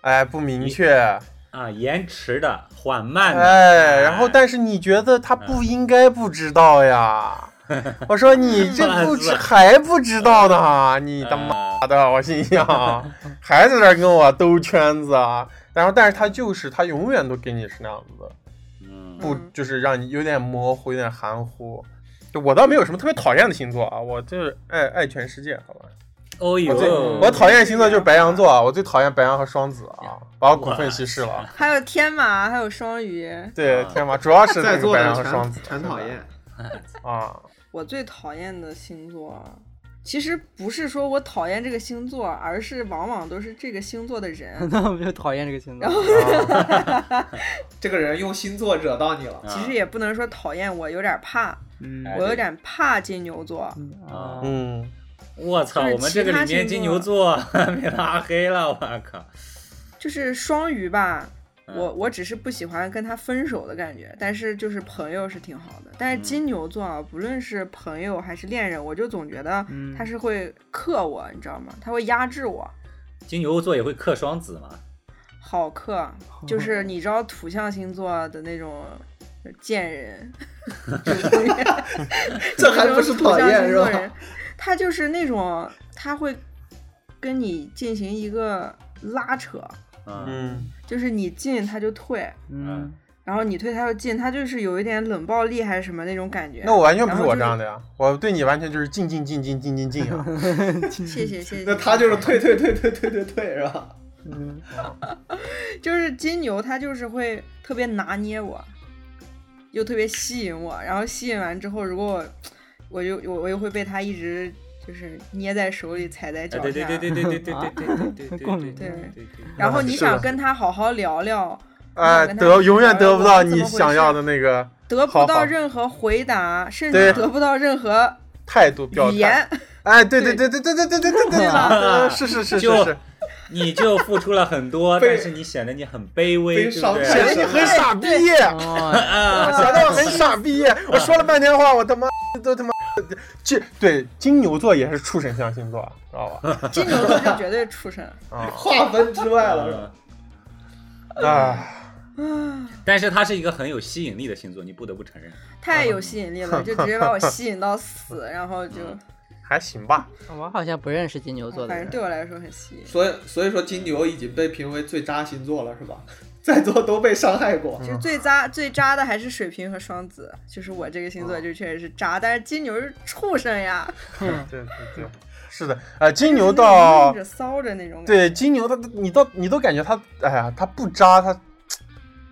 D: 哎，不明确，
B: 啊，延迟的、缓慢的，
D: 哎，然后但是你觉得他不应该不知道呀？我说你这不知还不知道呢，你他妈
B: 呃
D: 的，我心想，还在这儿跟我兜圈子啊。然后，但是他就是他永远都给你是那样子的，
B: 嗯
D: 不
A: 嗯
D: 就是让你有点模糊，有点含糊。就我倒没有什么特别讨厌的星座啊，我就是爱爱全世界，好吧。
B: 哦
D: 我最
B: 呦，
D: 我讨厌的星座就是白羊座啊，我最讨厌白羊和双子啊，把我股份稀释了。啊
A: 还有天马，还有双鱼。
D: 对，天马主要是那
E: 在
D: 个
E: 座
D: 白
E: 的
D: 羊和双
E: 全
D: 子，
E: 全讨厌。
D: 啊。
A: 我最讨厌的星座，其实不是说我讨厌这个星座，而是往往都是这个星座的人。
C: <laughs> 那我就讨厌这个星座。
E: 这个人用星座惹到你
A: <laughs>
B: <laughs>
E: 了，
A: 其实也不能说讨厌我，有点怕，
C: 嗯
B: 哎
A: 我有点怕金牛座。
B: 啊
C: 啊，
D: 嗯，
B: 我操，
A: 就是
B: 我们这个
A: 其他
B: 里
E: 啊
A: 星
B: 面金
A: 座
B: 牛座 <laughs> 被拉黑了，我靠！
A: 就是双鱼吧，
B: 嗯
A: 我我只是不喜欢跟他分手的感觉，但是就是朋友是挺好的。但是
E: 嗯
A: 金牛座啊，不论是朋友还是恋人，我就总觉得
C: 嗯
A: 他是会克我，你知道吗？他会压制我。
B: 金牛座也会克双子嘛？
E: <laughs>
A: 好克，就是你知道土象星座的那种贱人，
E: <laughs>
A: <laughs>
E: 这还不是讨厌是
A: 是
E: 吧？？
A: 他就是那种他会跟你进行一个拉扯，
B: 嗯
D: 嗯，
A: 就是你进他就退，
C: 嗯，
A: 然后你退他就进，他就是有一点冷暴力还是什么那种感觉。
D: 那我完全不是我这
A: 然后
D: 样的呀，我对你完全就是进进进进进进进啊！
A: 就是谢谢谢谢。
E: 那他就是退退退退退退退是吧？
B: 嗯
C: 嗯
B: <laughs>
A: 就是金牛，他就是会特别拿捏我，又特别吸引我，然后吸引完之后，如果我我就我我又会被他一直就是捏在手里，踩在
B: 哎
A: 脚下。
B: 对对对对对对对对对对对对对，啊
A: 然后你
D: 是的
A: 想跟他好好聊聊，
D: 哎，
A: 跟他
D: 得永远得不到
A: 我怎么
D: 你
A: 回事
D: 想要的那个
A: 得不
D: 好好
A: 到任何回答，甚
D: 对
A: 至得不到任何
D: 态度表
A: 语
D: 态。
A: 言。
D: 哎，对对对对对对对对对对，
B: 吧
D: 嗯是是是
B: 就是
D: 是，
B: 你就付出了很多，
E: <laughs> 被
B: 但是你显得你很卑微，
E: 被
B: 对啊不
E: 伤
D: 显
B: 对
E: 害
D: 得？你很傻逼，显
C: 哦，
B: 啊，
D: 得我很傻逼。我说了半天话，我他妈都他妈这对金牛座也是畜生相星座，知道吧？
A: <laughs> 金牛座是绝对畜生，
D: 啊
E: 划分之外了是
B: 嗯
E: 吧？
D: 啊，
B: 但是他是一个很有吸引力的星座，你不得不承认。
A: 太
D: 嗯
A: 有吸引力了，就直接把我吸引到
D: <laughs>
A: 死，然后就
D: 还行吧。
C: 我好像不认识金牛座的
A: 反正
C: 人。
A: 对我来说很吸引。
E: 所以所以说金牛已经被评为最渣星座了是吧？ <laughs> 在座都被伤害过
A: 其，
D: 嗯
A: 实最渣最渣的还是水瓶和双子，就是我这个星
D: 嗯
A: 座就确实是渣，但是金牛是畜生呀，
D: 对对对，是的，呃，金牛
A: 就是那种
D: 到
A: 闷着骚着那种感觉。
D: 对金牛，他你到你都感觉他，哎呀，他不渣，他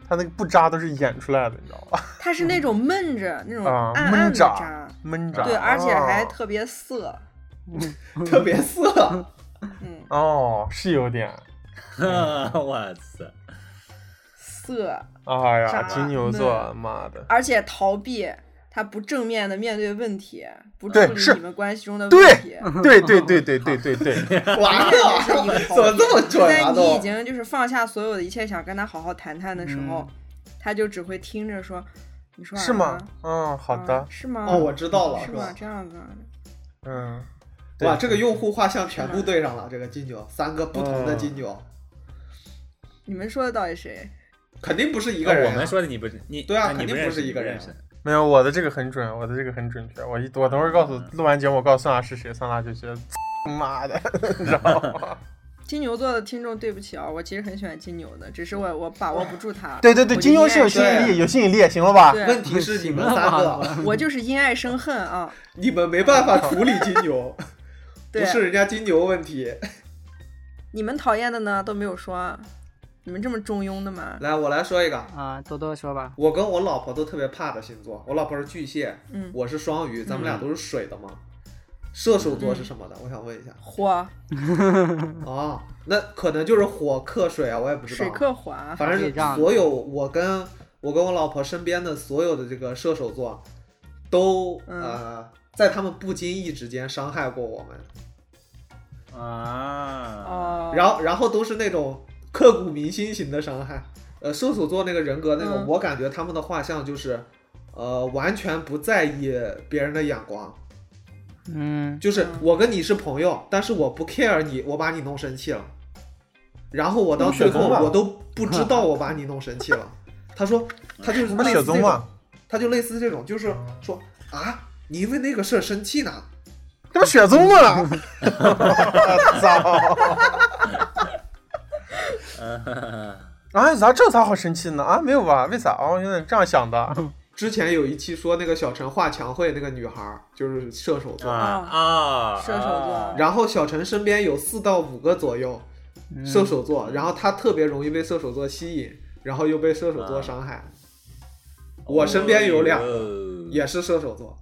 D: 他那个不渣都是演出来的，你知道吧？
A: 他是那种闷着那种
D: 啊
A: 暗暗
D: 闷
A: 的
D: 渣
A: 渣，
D: 闷渣，
A: 对，而且还
D: 哦
A: 特别色，
E: 特别色。
A: 嗯，
D: 哦，是有点。
B: <laughs> 我操！
A: 色，
D: 哎呀，
A: 渣
D: 金牛座，啊妈的，
A: 而且逃避。他不正面的面对问题，不处
D: 对
A: 理
D: 是
A: 你们关系中的
D: 对
A: 问题，
D: 对对对对对对
E: <laughs>
D: 对，
E: 完了，
A: 这 <laughs>
E: 怎
A: 是一个
E: 么
A: 逃避
E: 这
A: <laughs>
E: 么
A: 就
E: 准
A: 在
E: 啊
A: 你已
E: 都？
A: 经就是放下所有的一切，想跟他好好谈谈的时
E: 嗯
A: 候，他就只会听着说：“你说
D: 是
A: 完
D: 吗
A: 了？
D: 嗯，好
A: 啊
D: 的，
A: 是吗？
E: 哦，我知道了，
A: 是
E: 吧
A: 吗？？这样子啊，
D: 嗯，对
E: 哇，这个用户画像全部对上了，这个金牛，三个不同的金牛，
A: 你们说的到底谁？
E: 肯定不是一
B: 一
E: 个人、啊
B: 我们，说的你不是你
E: 对啊
B: 那你
E: 肯定
B: 认
E: 不是
B: 识
E: 一个人
B: 你不认识
D: 没有，我的这个很准，我的这个很准确，我一我等会儿告诉录完节目，我告诉算拉是谁，算拉就觉得，妈的，你知道吗？
A: 金牛座的听众，对不起啊，我其实很喜欢金牛的，只是我我把握不住他。
D: <laughs> 对对对，
A: 我就
D: 金牛是有吸
A: 因爱
D: 引力，有吸引力，行了吧？
E: 问
A: 对，
E: 题是你们三个，
D: <laughs>
A: 我就是因爱生恨啊。
E: 你们没办法处理金牛，
A: 对
E: 不，是人家金牛问题。
A: 你们讨厌的呢都没有说，你们这么中庸的吗？
E: 来，我来说一个，
C: 啊，多多说吧。
E: 我跟我老婆都特别怕的星座，我老婆是巨蟹，
A: 嗯，
E: 我是双鱼，咱们俩都是水的嘛。射手座
A: 嗯
E: 是什么的？我想问一下。
A: 火
E: 哦，那可能就是火克水啊，我也不知
A: 嗯
E: 道。
A: 水克火啊，
E: 反
C: 可以
E: 正
C: 这样
E: 所有我跟我跟我老婆身边的所有的这个射手座，都、
A: 嗯
E: 呃在他们不经意之间伤害过我们，
B: 啊。
A: 哦，
E: 然后然后都是那种刻骨铭心型的伤害。呃，射手座那个人格那种，
A: 嗯
E: 我感觉他们的画像就是，呃，完全不在意别人的眼光，
C: 嗯，
E: 就是
A: 嗯
E: 我跟你是朋友，但是我不 care 你，我把你弄生气了，然后我到
D: 弄雪
E: 最后
D: 宗了
E: 我都不知道我把你弄生气了。他说，他就是
D: 什么
E: 类
D: 雪
E: 似这
D: 宗
E: 种
D: 啊？
E: 他就类似这种，就是
D: 嗯
E: 说啊，你因为那个事儿生气呢，
D: 这不雪宗 <laughs> 啊！ <laughs> 操！啊，有啥这有啥好生气呢？啊，没有吧？为啥？哦，原来是这样想 <laughs> 的。
E: 之前有一期说那个小陈画墙绘那个女孩儿就是射手座，
B: 啊啊！
A: 射手座
E: 然后小陈身边有四到五个左右
C: 嗯
D: 嗯
E: 射手座，然后他特别容易被射手座吸引，然后又被射手
D: 啊
E: 座伤害。我身边有两个
B: 个 <laughs>
E: 也是 <laughs> 射手座，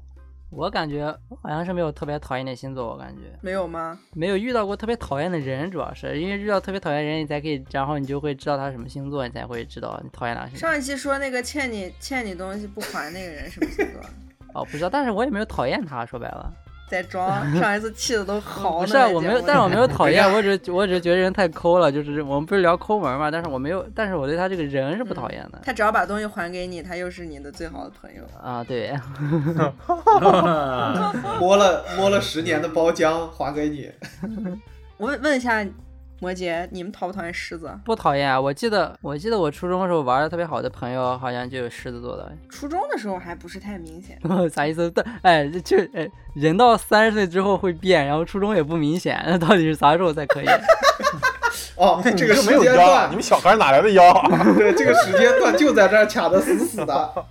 C: 我感觉我好像是没有特别讨厌的星座，我感觉
A: 没有吗？
C: 没有遇到过特别讨厌的人，主要是因为遇到特别讨厌人，你才可以，然后你就会知道他是什么星座，你才会知道你讨厌哪个星座。
A: 上一期说那个欠你欠你东西不还那个人什么星座？
C: 哦，不知道，但是我也没有讨厌他，说白了，
A: <laughs> 在装，上一次气的都嚎
C: 不
A: 呢。
C: 是啊，我没有，但是我没有讨厌
E: 哎，呀
C: 我只我只是觉得人太抠了，就是我们不是聊抠门嘛，但是我没有，但是我对他这个人是不讨厌的。
A: 他只要把东西还给你，他又是你的最好的朋友。
C: 啊，对， <laughs>
E: 摸了摸了十年的包浆还给你，
A: 我问问一下，摩羯，你们讨不讨厌狮子？
C: 不讨厌啊。我记得我记得我初中的时候玩的特别好的朋友，好像就有狮子座的。 <laughs>
A: 初中的时候还不是太明显，
C: 啥意思？但哎，就哎，人到三十岁之后会变，然后初中也不明显， <laughs> 那到底是啥时候才可以？ <laughs>
E: 哦，这个
D: 你
E: 时
D: 没有
E: 间
D: 腰，
E: 段
D: 你，们小孩哪来的腰？
E: 对，这个时间段就在这儿卡的死死
D: <laughs>
E: 的。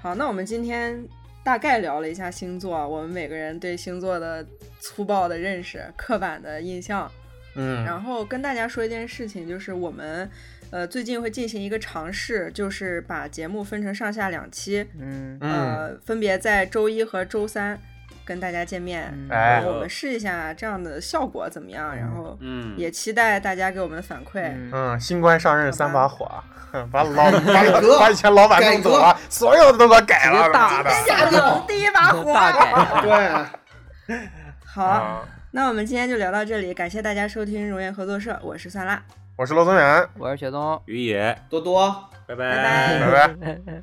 A: 好，那我们今天大概聊了一下星座，啊我们每个人对星座的粗暴的认识、刻板的印象，
D: <laughs> 嗯，
A: 然后跟大家说一件事情，就是我们呃最近会进行一个尝试，就是把节目分成上下两期，
C: 嗯，
A: 呃，分别在周一和周三跟大家见面，
C: 嗯
A: 然
D: 哎
A: 后我们试一下这样的效果怎么样，然后
B: 嗯，
A: 也期待大家给我们的反馈。
C: 嗯
D: 嗯，新官上任三把火，哼把老把
E: 改革
D: 把以前老板弄走了，所有的都给我改
C: 直
D: 了，
C: 接大
D: 妈的！
A: 下掉第一把火。
C: 大改。
E: 对，
A: 好，
C: 嗯
D: 啊，
A: 那我们今天就聊到这里，感谢大家收听荣源合作社，我是酸辣，
D: 我是罗宗元，
C: 我是雪冬，
B: 于野，
E: 多多。
B: 拜
A: 拜
B: 拜。
A: 拜
D: 拜。拜。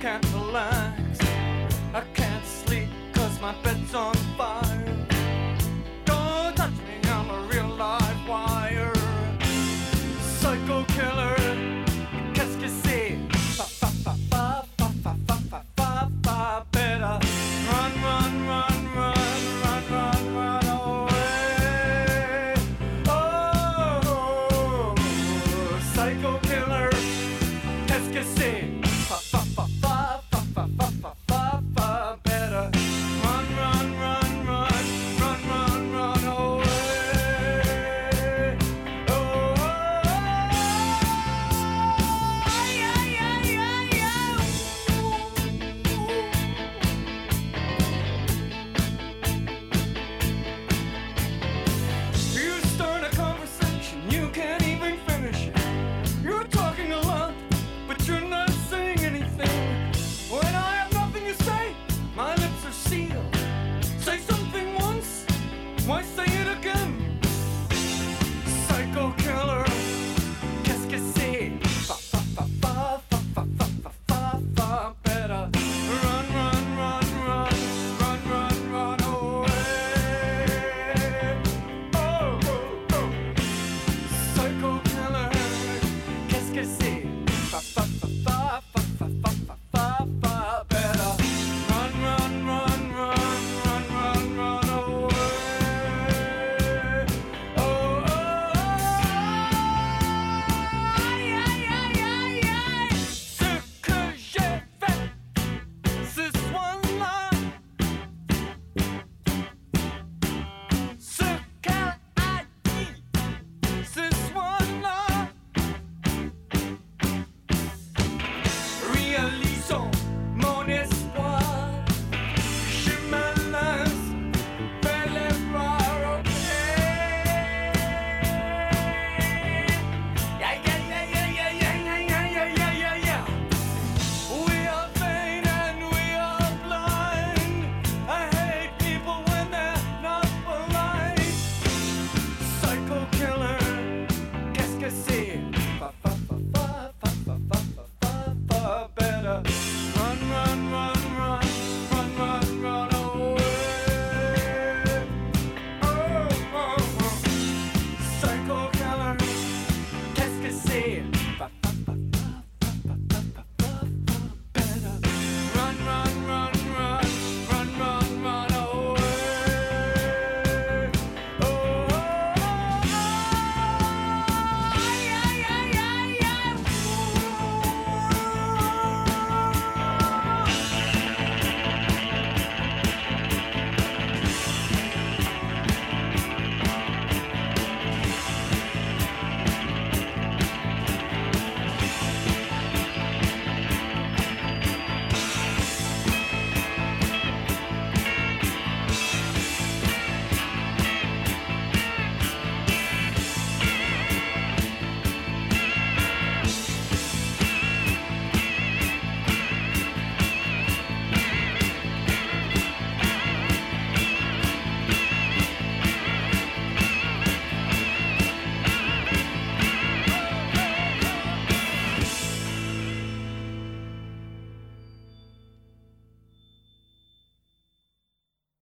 F: can't relax. I can't sleep cause my bed's on fire. Don't touch me, I'm a real live wire. Psycho killer. Qu'est-ce que c'est? Fa fa fa fa fa fa fa fa fa fa better. Run, run, run, run, run, run, run oh. away. Oh, psycho killer. Qu'est-ce que c'est? Fa fa fa fa fa fa fa fa fa fa better. Run, run, run, run, run, run, run oh, away. Oh. oh. You start a conversation, you can't even finish it. You're talking a lot, but you're not saying anything. When I have nothing to say, my lips are sealed. Say something once, why say it again? Psycho killer. Oh, Oh, Oh, Oh,